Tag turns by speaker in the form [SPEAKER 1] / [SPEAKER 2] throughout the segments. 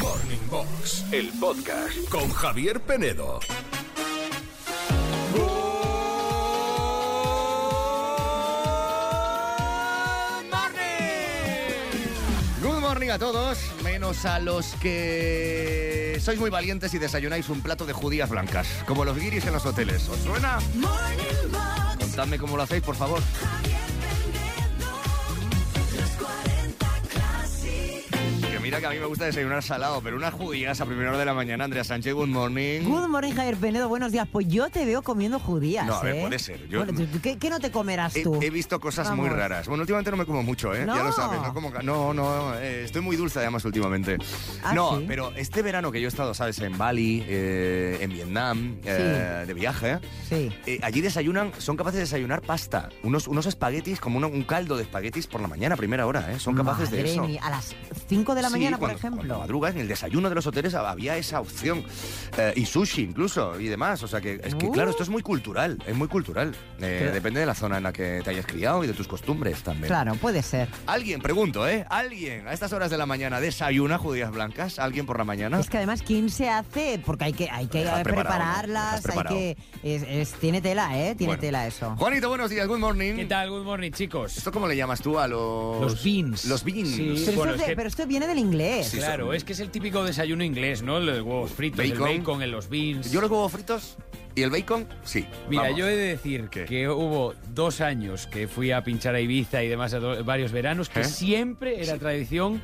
[SPEAKER 1] Morning Box, el podcast con Javier Penedo.
[SPEAKER 2] Good morning a todos, menos a los que sois muy valientes y desayunáis un plato de judías blancas, como los guiris en los hoteles. ¿Os suena?
[SPEAKER 3] Morning Box,
[SPEAKER 2] Contadme cómo lo hacéis, por favor.
[SPEAKER 3] Javier Penedo, los 40 Classic.
[SPEAKER 2] Que mira que a mí me gusta desayunar salado, pero unas judías a primera hora de la mañana, Andrea Sánchez, good morning.
[SPEAKER 4] Good morning, Javier Penedo. Buenos días. Pues yo te veo comiendo judías.
[SPEAKER 2] No, a ver,
[SPEAKER 4] ¿eh?
[SPEAKER 2] puede ser. Yo-
[SPEAKER 4] Bueno, ¿tú- tú ¿qué, qué no te comerás
[SPEAKER 2] He,
[SPEAKER 4] tú?
[SPEAKER 2] he visto cosas muy
[SPEAKER 4] Vamos.
[SPEAKER 2] raras. Bueno, últimamente no me como mucho, ¿eh? Ya lo
[SPEAKER 4] No.
[SPEAKER 2] sabes. No, como ca- no, no eh, estoy muy dulce además últimamente.
[SPEAKER 4] Ah,
[SPEAKER 2] no,
[SPEAKER 4] ¿sí?
[SPEAKER 2] pero este verano que yo he estado, ¿sabes? En Bali, eh, en Vietnam, eh, de viaje,
[SPEAKER 4] Sí.
[SPEAKER 2] eh, allí desayunan, son capaces de desayunar pasta. Unos, unos espaguetis, como una- un caldo de espaguetis por la mañana, a primera hora, ¿eh? Son capaces
[SPEAKER 4] Madre
[SPEAKER 2] de eso.
[SPEAKER 4] mía, a las 5 de la
[SPEAKER 2] Sí,
[SPEAKER 4] mañana,
[SPEAKER 2] cuando-
[SPEAKER 4] por ejemplo.
[SPEAKER 2] Cuando madrugas, en el desayuno de los hoteles había esa opción. Eh, y sushi incluso, y demás. O sea que, es que
[SPEAKER 4] Uh.
[SPEAKER 2] claro, esto es muy cultural, es muy cultural. Eh,
[SPEAKER 4] Claro.
[SPEAKER 2] Depende de la zona en la que te hayas criado y de tus costumbres también.
[SPEAKER 4] Claro, puede ser.
[SPEAKER 2] Alguien, pregunto, ¿eh? Alguien, a estas horas de la mañana, desayuna judías blancas. ¿Alguien por la mañana?
[SPEAKER 4] Es que además, ¿quién se hace? Porque hay que, hay que
[SPEAKER 2] Lo dejas preparado,
[SPEAKER 4] prepararlas,
[SPEAKER 2] lo dejas
[SPEAKER 4] hay que. es- es- tiene tela, ¿eh? Tiene
[SPEAKER 2] Bueno.
[SPEAKER 4] tela eso.
[SPEAKER 2] Juanito, buenos días, good morning.
[SPEAKER 5] ¿Qué tal? Good morning, chicos.
[SPEAKER 2] Mm. ¿Esto cómo le llamas tú a los.
[SPEAKER 5] Los beans.
[SPEAKER 2] Los beans.
[SPEAKER 5] Sí.
[SPEAKER 4] Pero, esto
[SPEAKER 5] bueno, es
[SPEAKER 4] de-
[SPEAKER 5] que-
[SPEAKER 4] pero esto viene del inglés.
[SPEAKER 2] Sí.
[SPEAKER 5] claro,
[SPEAKER 2] son-
[SPEAKER 5] es que es el típico desayuno inglés, ¿no? Los huevos fritos,
[SPEAKER 2] Bacon.
[SPEAKER 5] el bacon, en los beans.
[SPEAKER 2] Yo los huevos fritos y el bacon, sí.
[SPEAKER 5] Mira,
[SPEAKER 2] vamos.
[SPEAKER 5] yo he de decir
[SPEAKER 2] ¿Qué?
[SPEAKER 5] que hubo dos años que fui a pinchar a Ibiza y demás a do- varios veranos que
[SPEAKER 2] ¿Eh?
[SPEAKER 5] siempre era tradición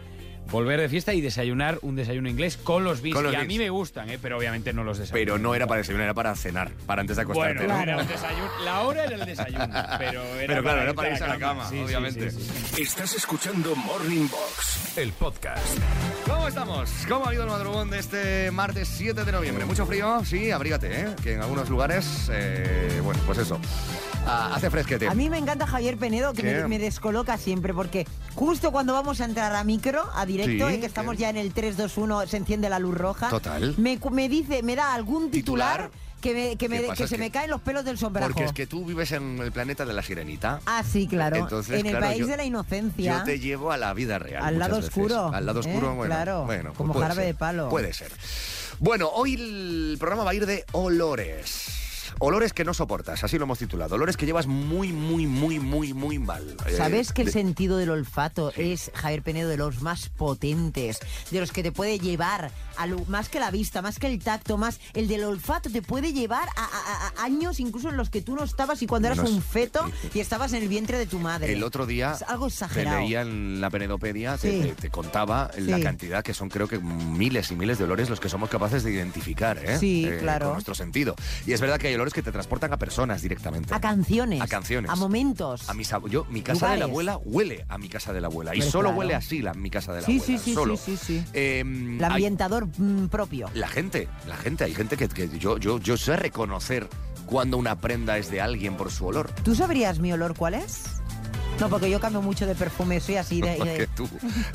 [SPEAKER 5] volver de fiesta y desayunar un desayuno inglés con los beans.
[SPEAKER 2] Con los
[SPEAKER 5] y a
[SPEAKER 2] beans.
[SPEAKER 5] mí me gustan, ¿eh? pero obviamente no los desayuno.
[SPEAKER 2] Pero no era para desayunar, era para cenar, para antes de acostarte.
[SPEAKER 5] Bueno,
[SPEAKER 2] ¿no?
[SPEAKER 5] era un desayuno. La hora era el desayuno, pero era
[SPEAKER 2] Pero claro, era para
[SPEAKER 5] irse a la cama,
[SPEAKER 2] sí,
[SPEAKER 5] sí, sí,
[SPEAKER 2] obviamente.
[SPEAKER 5] sí, sí.
[SPEAKER 1] Estás escuchando Morning Box, el podcast.
[SPEAKER 2] ¿Cómo estamos? ¿Cómo ha ido el madrugón de este martes 7 de noviembre? ¿Mucho frío? Sí, abrígate, ¿eh? Que en algunos lugares, eh, bueno, pues eso. Ah, hace fresquete.
[SPEAKER 4] A mí me encanta Javier Penedo, que
[SPEAKER 2] ¿Qué?
[SPEAKER 4] me, me descoloca siempre, porque justo cuando vamos a entrar a micro, a directo,
[SPEAKER 2] Sí,
[SPEAKER 4] eh, que estamos
[SPEAKER 2] ¿qué?
[SPEAKER 4] ya en el 3-2-1, se enciende la luz roja.
[SPEAKER 2] Total.
[SPEAKER 4] Me, cu- me dice, me da algún titular,
[SPEAKER 2] ¿Titular?
[SPEAKER 4] que, me- que me-
[SPEAKER 2] ¿Qué pasa?
[SPEAKER 4] que
[SPEAKER 2] Es
[SPEAKER 4] se
[SPEAKER 2] que-
[SPEAKER 4] me caen los pelos del sombrajo.
[SPEAKER 2] Porque es que tú vives en el planeta de la sirenita.
[SPEAKER 4] Ah, sí, claro.
[SPEAKER 2] Entonces,
[SPEAKER 4] en el
[SPEAKER 2] claro,
[SPEAKER 4] país
[SPEAKER 2] yo-
[SPEAKER 4] de la inocencia.
[SPEAKER 2] Yo te llevo a la vida real.
[SPEAKER 4] Al
[SPEAKER 2] muchas
[SPEAKER 4] lado
[SPEAKER 2] veces.
[SPEAKER 4] oscuro,
[SPEAKER 2] Al lado
[SPEAKER 4] ¿eh?
[SPEAKER 2] oscuro, bueno.
[SPEAKER 4] Claro,
[SPEAKER 2] bueno, pues
[SPEAKER 4] como
[SPEAKER 2] puede
[SPEAKER 4] jarabe
[SPEAKER 2] ser,
[SPEAKER 4] de palo.
[SPEAKER 2] Puede ser. Bueno, hoy el programa va a ir de olores. Olores que no soportas, así lo hemos titulado. Olores que llevas muy, muy, muy, muy, muy mal. Eh,
[SPEAKER 4] ¿Sabes que el
[SPEAKER 2] de-
[SPEAKER 4] sentido del olfato es, Javier Penedo, de los más potentes, de los que te puede llevar, a lu- más que la vista, más que el tacto, más el del olfato te puede llevar a, a- a- a años incluso en los que tú no estabas y cuando eras
[SPEAKER 2] No es-
[SPEAKER 4] un feto y estabas en el vientre de tu madre?
[SPEAKER 2] El otro día
[SPEAKER 4] Es algo
[SPEAKER 2] te
[SPEAKER 4] exagerado.
[SPEAKER 2] leía en la Penedopedia, te-
[SPEAKER 4] Sí.
[SPEAKER 2] te, te contaba la
[SPEAKER 4] Sí.
[SPEAKER 2] cantidad que son creo que miles y miles de olores los que somos capaces de identificar, ¿eh?
[SPEAKER 4] Sí,
[SPEAKER 2] Eh,
[SPEAKER 4] claro.
[SPEAKER 2] Con nuestro sentido. Y es verdad que hay olores que te transportan a personas directamente.
[SPEAKER 4] A canciones.
[SPEAKER 2] A canciones.
[SPEAKER 4] A momentos.
[SPEAKER 2] A mis abu- yo, mi casa de la
[SPEAKER 4] Lugares.
[SPEAKER 2] abuela huele a mi casa de la abuela. Y
[SPEAKER 4] Hombre,
[SPEAKER 2] solo
[SPEAKER 4] claro.
[SPEAKER 2] huele así la mi casa de la
[SPEAKER 4] Sí,
[SPEAKER 2] abuela.
[SPEAKER 4] sí, sí,
[SPEAKER 2] solo.
[SPEAKER 4] sí, sí, sí.
[SPEAKER 2] Em,
[SPEAKER 4] el
[SPEAKER 2] hay-
[SPEAKER 4] ambientador mm, propio.
[SPEAKER 2] la gente, la gente, hay gente que, que yo, yo, yo sé reconocer cuando una prenda es de alguien por su olor.
[SPEAKER 4] ¿Tú sabrías mi olor cuál es? No, porque yo cambio mucho de perfume, soy así de...
[SPEAKER 2] Porque
[SPEAKER 4] de-
[SPEAKER 2] tú,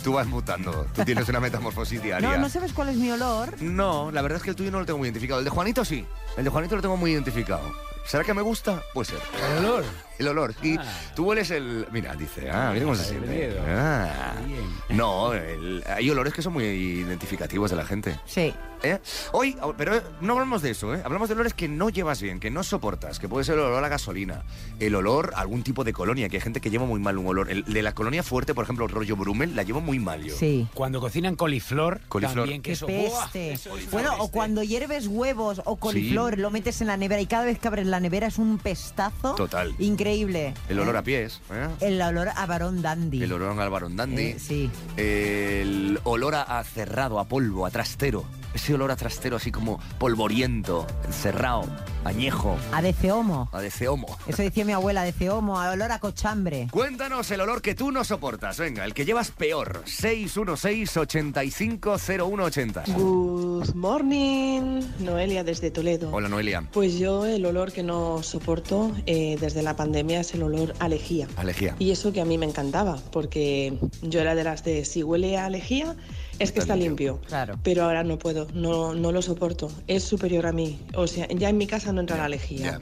[SPEAKER 2] tú vas mutando, tú tienes una metamorfosis diaria.
[SPEAKER 4] No, no sabes cuál es mi olor.
[SPEAKER 2] No, la verdad es que el tuyo no lo tengo muy identificado. El de Juanito sí. El de Juanito lo tengo muy identificado. ¿Será que me gusta? Puede ser.
[SPEAKER 5] El olor.
[SPEAKER 2] El olor. Y
[SPEAKER 5] Ah.
[SPEAKER 2] tú hueles el. Mira, dice. Ah, mira cómo se
[SPEAKER 5] El
[SPEAKER 2] siente.
[SPEAKER 5] miedo.
[SPEAKER 2] Ah.
[SPEAKER 5] Bien.
[SPEAKER 2] No, el- hay olores que son muy identificativos de la gente.
[SPEAKER 4] Sí.
[SPEAKER 2] ¿eh? Hoy, pero no hablamos de eso, ¿eh? hablamos de olores que no llevas bien, que no soportas, que puede ser el olor a gasolina, el olor a algún tipo de colonia, que hay gente que lleva muy mal un olor. El de la colonia fuerte, por ejemplo, rollo Brummel, la llevo muy mal yo.
[SPEAKER 4] Sí.
[SPEAKER 5] Cuando cocinan coliflor,
[SPEAKER 2] Coliflor.
[SPEAKER 5] también que
[SPEAKER 4] ¡Qué
[SPEAKER 5] eso- ¡Buah!
[SPEAKER 4] peste!
[SPEAKER 5] Eso es una
[SPEAKER 4] bueno, o
[SPEAKER 5] peste.
[SPEAKER 4] cuando hierves huevos o coliflor, lo metes en la nevera y cada vez que abres la nevera es un pestazo.
[SPEAKER 2] Total.
[SPEAKER 4] Increíble.
[SPEAKER 2] El olor a
[SPEAKER 4] ¿Eh?
[SPEAKER 2] pies, ¿eh?
[SPEAKER 4] El olor a varón dandy.
[SPEAKER 2] el olor al barón dandy.
[SPEAKER 4] Eh, sí.
[SPEAKER 2] El olor a, a cerrado, a polvo, a trastero. Ese olor a trastero así como polvoriento, cerrado, añejo,
[SPEAKER 4] A deceomo.
[SPEAKER 2] a deceomo.
[SPEAKER 4] Eso decía mi abuela, deceomo, a olor a cochambre.
[SPEAKER 2] Cuéntanos el olor que tú no soportas. Venga, el que llevas peor. 616-850180.
[SPEAKER 6] Good morning, Noelia desde Toledo.
[SPEAKER 2] Hola, Noelia.
[SPEAKER 6] Pues yo el olor que no soporto eh, desde la pandemia es el olor a lejía.
[SPEAKER 2] Alejía.
[SPEAKER 6] Y eso que a mí me encantaba, porque yo era de las de si huele a lejía es que
[SPEAKER 2] Está
[SPEAKER 6] está
[SPEAKER 2] limpio.
[SPEAKER 6] limpio.
[SPEAKER 4] Claro.
[SPEAKER 6] Pero ahora no puedo, no, no lo soporto. Es superior a mí. O sea, ya en mi casa no entra la lejía.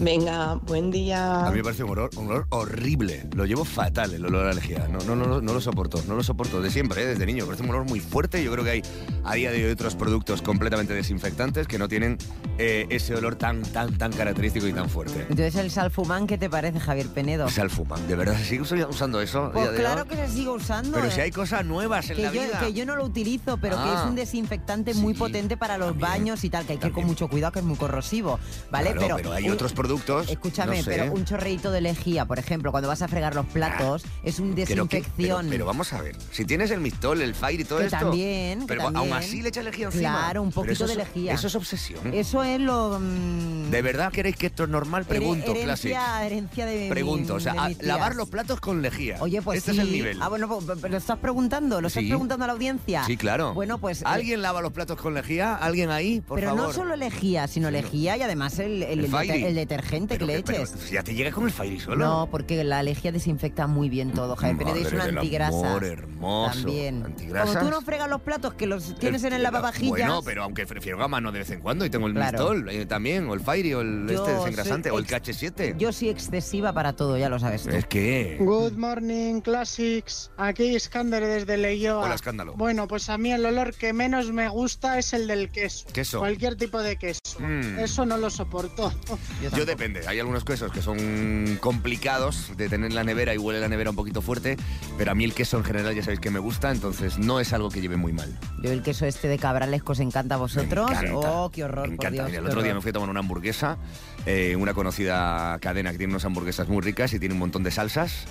[SPEAKER 6] Venga, buen día.
[SPEAKER 2] A
[SPEAKER 4] Ah.
[SPEAKER 2] mí me parece un olor, un olor horrible. Lo llevo fatal el olor a alejía. No, no, no, no lo soporto. No lo soporto de siempre, ¿eh? desde niño. Me parece un olor muy fuerte. Yo creo que hay, a día de hoy otros productos completamente desinfectantes que no tienen eh, ese olor tan, tan, tan característico y tan fuerte.
[SPEAKER 4] Entonces, el salfumán, ¿qué te parece, Javier Penedo?
[SPEAKER 2] Es al fumán, ¿de verdad? ¿Sigues usando eso? a
[SPEAKER 4] Pues
[SPEAKER 2] día de
[SPEAKER 4] claro
[SPEAKER 2] hoy?
[SPEAKER 4] que se sigue usando.
[SPEAKER 2] Pero
[SPEAKER 4] eh.
[SPEAKER 2] si hay cosas nuevas en
[SPEAKER 4] que
[SPEAKER 2] la
[SPEAKER 4] yo,
[SPEAKER 2] vida.
[SPEAKER 4] que yo no lo utilizo, pero que
[SPEAKER 2] Ah,
[SPEAKER 4] es un desinfectante muy
[SPEAKER 2] sí,
[SPEAKER 4] potente para los
[SPEAKER 2] también,
[SPEAKER 4] baños y tal, que hay que ir con
[SPEAKER 2] también.
[SPEAKER 4] mucho cuidado, que es muy corrosivo, ¿vale?
[SPEAKER 2] Claro, pero hay
[SPEAKER 4] un-
[SPEAKER 2] otros productos,
[SPEAKER 4] Escúchame,
[SPEAKER 2] no sé. Ah,
[SPEAKER 4] pero un chorreito de lejía, por ejemplo, cuando vas a fregar los platos, es un
[SPEAKER 2] Pero que- pero-
[SPEAKER 4] desinfección.
[SPEAKER 2] Pero, vamos a ver, si tienes el mistol, el fire y todo
[SPEAKER 4] Que
[SPEAKER 2] esto.
[SPEAKER 4] también, que
[SPEAKER 2] Pero
[SPEAKER 4] también.
[SPEAKER 2] aún así le echa lejía encima.
[SPEAKER 4] Claro, un
[SPEAKER 2] Pero
[SPEAKER 4] poquito
[SPEAKER 2] eso
[SPEAKER 4] de
[SPEAKER 2] es-
[SPEAKER 4] lejía.
[SPEAKER 2] Eso es obsesión.
[SPEAKER 4] Eso es lo. mm,
[SPEAKER 2] ¿eh? ¿De verdad queréis que esto es normal?
[SPEAKER 4] here-
[SPEAKER 2] Pregunto, Classic.
[SPEAKER 4] herencia, herencia de. mi-
[SPEAKER 2] Pregunto, o sea,
[SPEAKER 4] de
[SPEAKER 2] a-
[SPEAKER 4] mis tías.
[SPEAKER 2] lavar los platos con lejía.
[SPEAKER 4] Oye, pues
[SPEAKER 2] Este
[SPEAKER 4] sí.
[SPEAKER 2] es el nivel.
[SPEAKER 4] Ah, bueno, pues, pero estás preguntando, lo estás
[SPEAKER 2] Sí.
[SPEAKER 4] preguntando a la audiencia.
[SPEAKER 2] Sí, claro.
[SPEAKER 4] Bueno, pues. eh,
[SPEAKER 2] ¿Alguien lava los platos con lejía? ¿Alguien ahí? Por
[SPEAKER 4] pero
[SPEAKER 2] favor.
[SPEAKER 4] no solo lejía, sino lejía y además el, el-
[SPEAKER 2] El
[SPEAKER 4] el deter-
[SPEAKER 2] Fairy.
[SPEAKER 4] el detergente
[SPEAKER 2] Pero
[SPEAKER 4] que le
[SPEAKER 2] pero
[SPEAKER 4] eches.
[SPEAKER 2] si ya te llega con el fire y solo.
[SPEAKER 4] No, porque la lejía desinfecta muy bien todo, Javier Penedo, y es
[SPEAKER 2] Madre
[SPEAKER 4] una
[SPEAKER 2] del
[SPEAKER 4] antigrasa.
[SPEAKER 2] amor hermoso.
[SPEAKER 4] También.
[SPEAKER 2] ¿Antigrasas? Eh,
[SPEAKER 4] Como tú no fregas los platos que los tienes en el lavavajillas.
[SPEAKER 2] Bueno, pero aunque prefiero a mano de vez en cuando y tengo el
[SPEAKER 4] Claro.
[SPEAKER 2] Mistol eh, también, o el Fairy, o el
[SPEAKER 4] Yo
[SPEAKER 2] este desengrasante,
[SPEAKER 4] soy
[SPEAKER 2] o el
[SPEAKER 4] ex-
[SPEAKER 2] KH7.
[SPEAKER 4] Yo soy excesiva para todo, ya lo sabes tú.
[SPEAKER 2] Es que...
[SPEAKER 7] Good morning, Classics. Aquí Iskander desde Leyoa.
[SPEAKER 2] Hola, escándalo.
[SPEAKER 7] Bueno, pues a mí el olor que menos me gusta es el del queso.
[SPEAKER 2] Queso.
[SPEAKER 7] Cualquier tipo de queso.
[SPEAKER 2] Mm.
[SPEAKER 7] Eso no lo soporto.
[SPEAKER 2] Yo depende, hay algunos quesos que son complicados de tener en la nevera y huele la nevera un poquito fuerte, pero a mí el queso en general ya sabéis que me gusta, entonces no es algo que lleve muy mal.
[SPEAKER 4] Yo el queso este de cabrales que os encanta a
[SPEAKER 2] Me
[SPEAKER 4] vosotros.
[SPEAKER 2] encanta.
[SPEAKER 4] oh, qué horror,
[SPEAKER 2] Me
[SPEAKER 4] por
[SPEAKER 2] encanta.
[SPEAKER 4] Dios.
[SPEAKER 2] Mira, el
[SPEAKER 4] qué
[SPEAKER 2] otro día me
[SPEAKER 4] horror.
[SPEAKER 2] fui a tomar una hamburguesa, eh, una conocida cadena que tiene unas hamburguesas muy ricas y tiene un montón de salsas.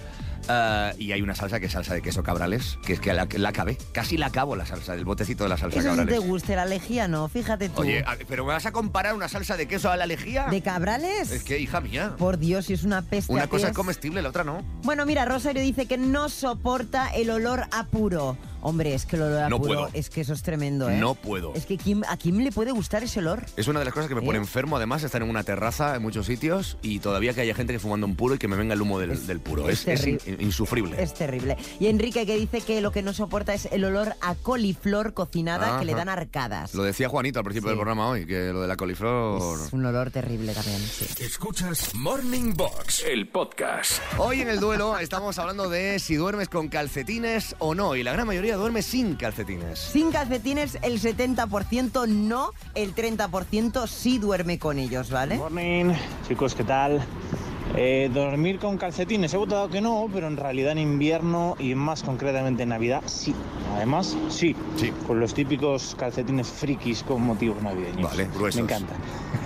[SPEAKER 2] ah, y hay una salsa que es salsa de queso cabrales, que es que la, la acabé, casi la acabo la salsa, el botecito de la salsa
[SPEAKER 4] Eso sí
[SPEAKER 2] cabrales.
[SPEAKER 4] te gusta, la lejía no, fíjate tú.
[SPEAKER 2] Oye, a- pero ¿me vas a comparar una salsa de queso a la lejía?
[SPEAKER 4] ¿De cabrales?
[SPEAKER 2] Es que, hija mía,
[SPEAKER 4] Por Dios, si es una peste.
[SPEAKER 2] una
[SPEAKER 4] a
[SPEAKER 2] cosa
[SPEAKER 4] pies.
[SPEAKER 2] es comestible, la otra no.
[SPEAKER 4] Bueno, mira, Rosario dice que no soporta el olor a puro. Hombre, es que el olor a
[SPEAKER 2] No
[SPEAKER 4] puro
[SPEAKER 2] puedo.
[SPEAKER 4] es que eso es tremendo, ¿eh?
[SPEAKER 2] No puedo.
[SPEAKER 4] Es que ¿quién- ¿a quién le puede gustar ese olor?
[SPEAKER 2] Es una de las cosas que me pone
[SPEAKER 4] ¿Eh?
[SPEAKER 2] enfermo, además, estar en una terraza en muchos sitios y todavía que haya gente que fumando un puro y que me venga el humo del, del puro.
[SPEAKER 4] es
[SPEAKER 2] Es, es in-
[SPEAKER 4] terrible.
[SPEAKER 2] insufrible.
[SPEAKER 4] Es terrible. Y Enrique que dice que lo que no soporta es el olor a coliflor cocinada que le
[SPEAKER 2] Ajá.
[SPEAKER 4] dan arcadas.
[SPEAKER 2] Lo decía Juanito al principio
[SPEAKER 4] Sí.
[SPEAKER 2] del programa hoy, que lo de la coliflor...
[SPEAKER 4] Es un olor terrible también. sí.
[SPEAKER 1] Escuchas Morning Box, el podcast.
[SPEAKER 2] Hoy en el duelo estamos hablando de si duermes con calcetines o no, y la gran mayoría duerme sin calcetines.
[SPEAKER 4] Sin calcetines, el 70% no, el 30% sí duerme con ellos,
[SPEAKER 2] ¿Eh?
[SPEAKER 4] ¿vale?
[SPEAKER 8] Morning, chicos, ¿qué tal? Eh, dormir con calcetines, he votado que no, pero en realidad en invierno y más concretamente en Navidad, sí. Además, sí.
[SPEAKER 2] Sí.
[SPEAKER 8] Con los típicos calcetines frikis con motivos navideños.
[SPEAKER 2] Vale, gruesos.
[SPEAKER 8] Me encanta.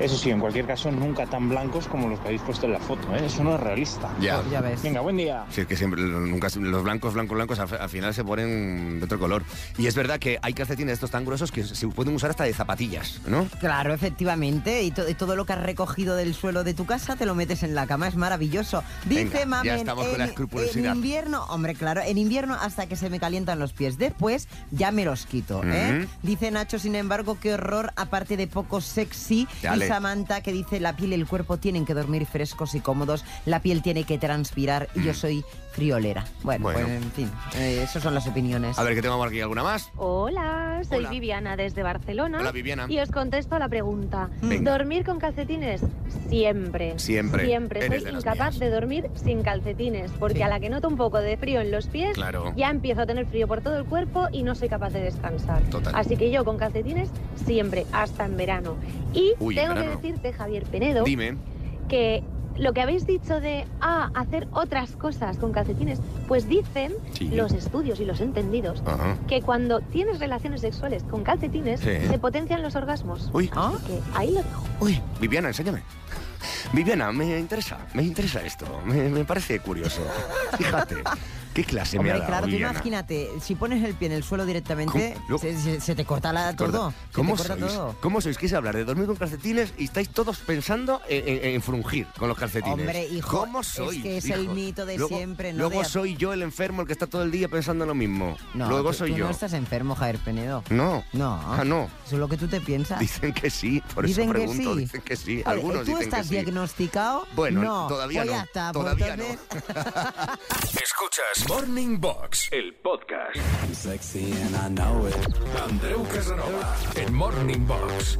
[SPEAKER 8] Eso sí, en cualquier caso, nunca tan blancos como los que habéis puesto en la foto, ¿eh? Eso no es realista.
[SPEAKER 2] Ya.
[SPEAKER 4] Ya ves.
[SPEAKER 8] Venga, buen día.
[SPEAKER 2] Si es que siempre, nunca, los blancos, blancos, blancos al, al final se ponen de otro color. Y es verdad que hay calcetines de estos tan gruesos que se pueden usar hasta de zapatillas, ¿no?
[SPEAKER 4] Claro, efectivamente. Y, to- y todo lo que has recogido del suelo de tu casa te lo metes en la cama. Es maravilloso.
[SPEAKER 2] Venga,
[SPEAKER 4] Dice
[SPEAKER 2] ya
[SPEAKER 4] Mamen,
[SPEAKER 2] estamos con
[SPEAKER 4] en-
[SPEAKER 2] la escrupulosidad.
[SPEAKER 4] En invierno, hombre, claro, en invierno hasta que se me calientan los pies. Después ya me los quito. ¿eh? Dice Nacho, sin embargo, qué horror, aparte de poco sexy.
[SPEAKER 2] Dale.
[SPEAKER 4] Y Samantha que dice, la piel y el cuerpo tienen que dormir frescos y cómodos. La piel tiene que transpirar y yo soy friolera. Bueno,
[SPEAKER 2] Mm. Bueno.
[SPEAKER 4] pues en fin, eh, esas son las opiniones.
[SPEAKER 2] A ver, ¿qué tengo por aquí? ¿Alguna más?
[SPEAKER 9] Hola, soy
[SPEAKER 2] Hola.
[SPEAKER 9] Viviana desde Barcelona.
[SPEAKER 4] ¿Ah?
[SPEAKER 2] Hola, Viviana.
[SPEAKER 9] Y os contesto a la pregunta.
[SPEAKER 2] Venga.
[SPEAKER 9] ¿Dormir con calcetines? Siempre.
[SPEAKER 2] Siempre.
[SPEAKER 9] Siempre.
[SPEAKER 2] Eres
[SPEAKER 9] Soy
[SPEAKER 2] de las
[SPEAKER 9] incapaz
[SPEAKER 2] mías.
[SPEAKER 9] de dormir sin calcetines, porque
[SPEAKER 4] Sí.
[SPEAKER 9] a la que noto un poco de frío en los pies,
[SPEAKER 2] Claro.
[SPEAKER 9] ya empiezo a tener frío por todo el cuerpo y no soy capaz de descansar.
[SPEAKER 2] Total.
[SPEAKER 9] Así que yo con calcetines siempre, hasta en verano. Y
[SPEAKER 2] Uy, en
[SPEAKER 9] tengo que
[SPEAKER 2] verano.
[SPEAKER 9] decirte, Javier Penedo,
[SPEAKER 2] Dime.
[SPEAKER 9] que lo que habéis dicho de ah, hacer otras cosas con calcetines, pues dicen
[SPEAKER 2] Sí.
[SPEAKER 9] los estudios y los entendidos
[SPEAKER 2] Ajá.
[SPEAKER 9] que cuando tienes relaciones sexuales con calcetines
[SPEAKER 2] Sí.
[SPEAKER 9] se potencian los orgasmos.
[SPEAKER 2] Uy.
[SPEAKER 4] ¿Ah?
[SPEAKER 9] Así que ahí lo dejo.
[SPEAKER 2] Uy, Viviana, enséñame. Viviana, me interesa, me interesa esto, me, me parece curioso. Fíjate, qué clase
[SPEAKER 4] Hombre,
[SPEAKER 2] me ha dado,
[SPEAKER 4] claro, tú
[SPEAKER 2] Viviana.
[SPEAKER 4] imagínate, si pones el pie en el suelo directamente,
[SPEAKER 2] ¿Cómo? Luego-
[SPEAKER 4] se, se- se te corta la,
[SPEAKER 2] Corta.
[SPEAKER 4] todo. se te
[SPEAKER 2] ¿Cómo
[SPEAKER 4] corta
[SPEAKER 2] sois?
[SPEAKER 4] todo.
[SPEAKER 2] ¿Cómo sois? ¿Qué es hablar de dormir con calcetines y estáis todos pensando en, en- en frungir con los calcetines?
[SPEAKER 4] Hombre, hijo,
[SPEAKER 2] ¿Cómo
[SPEAKER 4] es
[SPEAKER 2] sois?
[SPEAKER 4] que es el
[SPEAKER 2] hijos?
[SPEAKER 4] mito de
[SPEAKER 2] Luego-
[SPEAKER 4] siempre, ¿no?
[SPEAKER 2] Luego
[SPEAKER 4] De-
[SPEAKER 2] soy yo el enfermo, el que está todo el día pensando en lo mismo.
[SPEAKER 4] No,
[SPEAKER 2] luego
[SPEAKER 4] tú-
[SPEAKER 2] soy
[SPEAKER 4] tú
[SPEAKER 2] yo.
[SPEAKER 4] No estás enfermo, Javier Penedo.
[SPEAKER 2] No.
[SPEAKER 4] No.
[SPEAKER 2] Ah, no.
[SPEAKER 4] Eso es lo que tú te piensas.
[SPEAKER 2] Dicen que sí, por
[SPEAKER 4] Dicen
[SPEAKER 2] eso
[SPEAKER 4] que
[SPEAKER 2] pregunto.
[SPEAKER 4] sí.
[SPEAKER 2] Dicen que sí.
[SPEAKER 4] Oye,
[SPEAKER 2] Algunos
[SPEAKER 4] ¿Tú
[SPEAKER 2] dicen
[SPEAKER 4] estás
[SPEAKER 2] que sí.
[SPEAKER 4] diagnosticado?
[SPEAKER 2] Bueno,
[SPEAKER 4] no.
[SPEAKER 2] todavía
[SPEAKER 4] Pues
[SPEAKER 2] no.
[SPEAKER 4] ya está, pues
[SPEAKER 2] todavía
[SPEAKER 4] entonces-
[SPEAKER 2] no.
[SPEAKER 1] Escuchas Morning Box, el podcast.
[SPEAKER 10] sexy and I know it.
[SPEAKER 1] Andreu Casanova en Morning Box.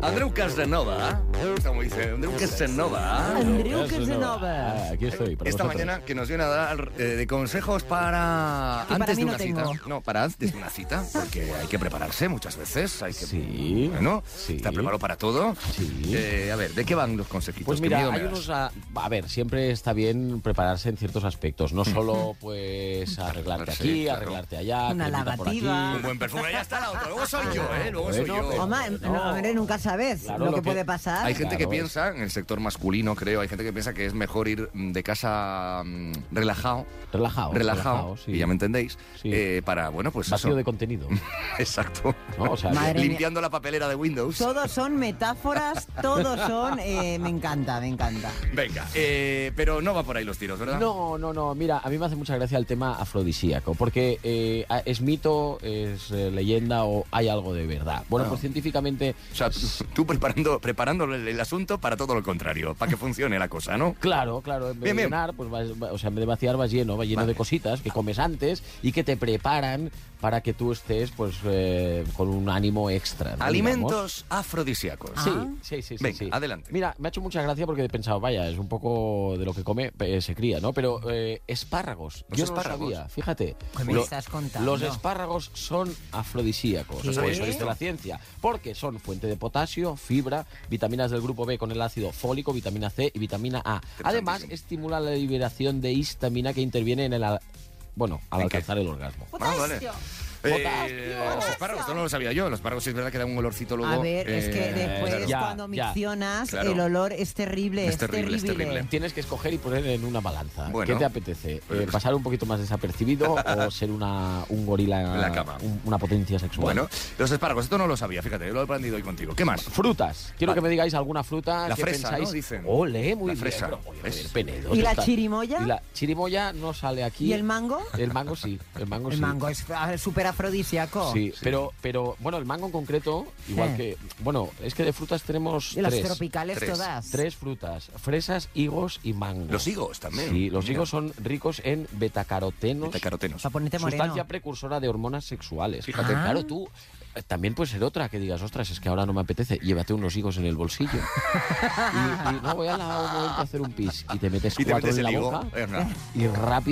[SPEAKER 2] Andreu Casanova, como dice, Andreu Casanova,
[SPEAKER 4] Andreu
[SPEAKER 10] Eso no.
[SPEAKER 4] Casanova.
[SPEAKER 10] Ah, aquí estoy. para
[SPEAKER 2] esta
[SPEAKER 10] vosotros.
[SPEAKER 2] mañana que nos viene a dar eh, de consejos para
[SPEAKER 4] Que para
[SPEAKER 2] antes de
[SPEAKER 4] mí no
[SPEAKER 2] una
[SPEAKER 4] tengo.
[SPEAKER 2] cita. No, para antes de una cita, porque hay que prepararse muchas veces, hay que
[SPEAKER 10] Sí.
[SPEAKER 2] Bueno,
[SPEAKER 10] Sí.
[SPEAKER 2] ¿está preparado para todo?
[SPEAKER 10] Sí.
[SPEAKER 2] Eh, a ver, ¿de qué van los consejitos?
[SPEAKER 10] Pues
[SPEAKER 2] ¿Qué
[SPEAKER 10] mira,
[SPEAKER 2] miedo me
[SPEAKER 10] hay
[SPEAKER 2] das?
[SPEAKER 10] unos a, a ver, siempre está bien prepararse en ciertos aspectos, no solo pues arreglarte
[SPEAKER 2] Arreglarse,
[SPEAKER 10] aquí,
[SPEAKER 2] claro.
[SPEAKER 10] arreglarte allá,
[SPEAKER 4] Una
[SPEAKER 10] cremita por aquí.
[SPEAKER 4] lavativa.
[SPEAKER 2] Un buen perfume, ya está la otra. Luego soy yo, ¿eh? Luego soy
[SPEAKER 10] Bueno,
[SPEAKER 2] yo.
[SPEAKER 10] pero-
[SPEAKER 4] Hombre,
[SPEAKER 10] No.
[SPEAKER 4] no, hombre, nunca sabes
[SPEAKER 10] Claro,
[SPEAKER 4] lo,
[SPEAKER 10] lo
[SPEAKER 4] que,
[SPEAKER 10] que-
[SPEAKER 4] puede pasar.
[SPEAKER 2] Hay gente que
[SPEAKER 10] Ah, Claro.
[SPEAKER 2] piensa, en el sector masculino creo, hay gente que piensa que es mejor ir mm, de casa mm, relajado,
[SPEAKER 10] Relajado,
[SPEAKER 2] relajado,
[SPEAKER 10] sí.
[SPEAKER 2] y ya me entendéis,
[SPEAKER 10] Sí.
[SPEAKER 2] eh, para, bueno, pues
[SPEAKER 10] Vacío
[SPEAKER 2] eso.
[SPEAKER 10] de contenido.
[SPEAKER 2] Exacto.
[SPEAKER 10] ¿no? O sea,
[SPEAKER 4] Madre mía.
[SPEAKER 2] Limpiando la papelera de Windows.
[SPEAKER 4] Todos son metáforas, todos son... eh, me encanta, me encanta.
[SPEAKER 2] Venga, eh, pero no va por ahí los tiros, ¿verdad?
[SPEAKER 10] No, no, no. Mira, a mí me hace mucha gracia el tema afrodisíaco, porque eh, a- es mito, es eh, leyenda o hay algo de verdad. Bueno,
[SPEAKER 2] No.
[SPEAKER 10] pues científicamente,
[SPEAKER 2] O sea, tú preparando, preparando el, el asunto para todo lo contrario, para que funcione la cosa, ¿no?
[SPEAKER 10] claro, claro, en vez
[SPEAKER 2] Bien,
[SPEAKER 10] de
[SPEAKER 2] bien.
[SPEAKER 10] llenar, pues vas- va- o sea, en vez de vaciar vas lleno, vas lleno de cositas que comes antes y que te preparan para que tú estés, pues, eh, con un ánimo extra. ¿no? Digamos.
[SPEAKER 2] Alimentos afrodisíacos.
[SPEAKER 10] Sí,
[SPEAKER 4] Ah.
[SPEAKER 10] sí, sí, sí,
[SPEAKER 2] Venga,
[SPEAKER 10] sí.
[SPEAKER 2] adelante.
[SPEAKER 10] Mira, me ha hecho mucha gracia porque he pensado, vaya, es un poco de lo que come, eh, se cría, ¿no? Pero eh, espárragos,
[SPEAKER 2] Los
[SPEAKER 10] yo
[SPEAKER 2] Pues
[SPEAKER 10] no
[SPEAKER 2] espárragos.
[SPEAKER 10] lo sabía, fíjate.
[SPEAKER 4] ¿Qué me
[SPEAKER 10] Lo-
[SPEAKER 4] estás contando?
[SPEAKER 10] Los espárragos son afrodisíacos,
[SPEAKER 4] ¿Qué?
[SPEAKER 10] por eso dice la ciencia, porque son fuente de potasio, fibra, vitaminas del grupo B con el ácido fólico, vitamina C y vitamina A. Además, estimula la liberación de histamina que interviene en el... al- Bueno, al
[SPEAKER 2] ¿En qué?
[SPEAKER 10] alcanzar el orgasmo.
[SPEAKER 2] Ah, vale. Eh,
[SPEAKER 10] Potasio.
[SPEAKER 2] los espárragos, esto no lo sabía yo. Los espárragos sí es verdad que da un olorcito luego.
[SPEAKER 4] A ver, es que
[SPEAKER 2] eh,
[SPEAKER 4] después
[SPEAKER 2] claro.
[SPEAKER 10] ya,
[SPEAKER 4] cuando
[SPEAKER 10] ya.
[SPEAKER 4] miccionas,
[SPEAKER 2] Claro.
[SPEAKER 4] el olor es terrible,
[SPEAKER 2] Es
[SPEAKER 4] es,
[SPEAKER 2] terrible,
[SPEAKER 4] terrible.
[SPEAKER 2] es terrible.
[SPEAKER 10] Tienes que escoger y poner en una balanza.
[SPEAKER 2] Bueno.
[SPEAKER 10] ¿Qué te apetece? Eh,
[SPEAKER 2] Pues-
[SPEAKER 10] ¿Pasar un poquito más desapercibido o ser una, un gorila,
[SPEAKER 2] En la cama.
[SPEAKER 10] un- una potencia sexual?
[SPEAKER 2] Bueno, los espárragos, esto no lo sabía, fíjate, lo he aprendido hoy contigo. ¿Qué más?
[SPEAKER 10] Frutas. Quiero
[SPEAKER 2] Vale.
[SPEAKER 10] que me digáis alguna fruta
[SPEAKER 2] La
[SPEAKER 10] Ah, que
[SPEAKER 2] fresa,
[SPEAKER 10] pensáis.
[SPEAKER 2] ¿no? Dicen.
[SPEAKER 10] Ole, muy
[SPEAKER 2] La
[SPEAKER 10] bien.
[SPEAKER 2] fresa.
[SPEAKER 10] Pero, oye,
[SPEAKER 2] ¿Ves?
[SPEAKER 10] joder, Penedo,
[SPEAKER 4] ¿Y la
[SPEAKER 10] está-
[SPEAKER 4] chirimoya?
[SPEAKER 10] Y la chirimoya no sale aquí.
[SPEAKER 4] ¿Y el mango?
[SPEAKER 10] El mango sí. El mango
[SPEAKER 4] El
[SPEAKER 10] sí.
[SPEAKER 4] mango es ah, súper afrodisíaco.
[SPEAKER 10] Sí, pero, pero bueno, el mango en concreto, igual
[SPEAKER 4] Sí.
[SPEAKER 10] que. Bueno, es que de frutas tenemos
[SPEAKER 4] Y las
[SPEAKER 10] tres.
[SPEAKER 4] tropicales
[SPEAKER 2] tres,
[SPEAKER 4] todas.
[SPEAKER 10] Tres frutas: fresas, higos y mango.
[SPEAKER 2] Los higos también.
[SPEAKER 10] Sí, los
[SPEAKER 2] Mira,
[SPEAKER 10] higos Ah, son ricos en betacarotenos,
[SPEAKER 2] betacarotenos.
[SPEAKER 4] Para ponerte moreno.
[SPEAKER 10] sustancia precursora de hormonas sexuales.
[SPEAKER 2] Fíjate.
[SPEAKER 4] Ah.
[SPEAKER 10] Claro, tú eh, también puede ser otra que digas, ostras, es que ahora no me apetece, llévate unos higos en el bolsillo. y, y, no, voy a la un momento a hacer un pis y te metes
[SPEAKER 2] Y te
[SPEAKER 10] cuatro
[SPEAKER 2] metes
[SPEAKER 10] en
[SPEAKER 2] el
[SPEAKER 10] la
[SPEAKER 2] higo.
[SPEAKER 10] boca
[SPEAKER 2] Venga.
[SPEAKER 10] y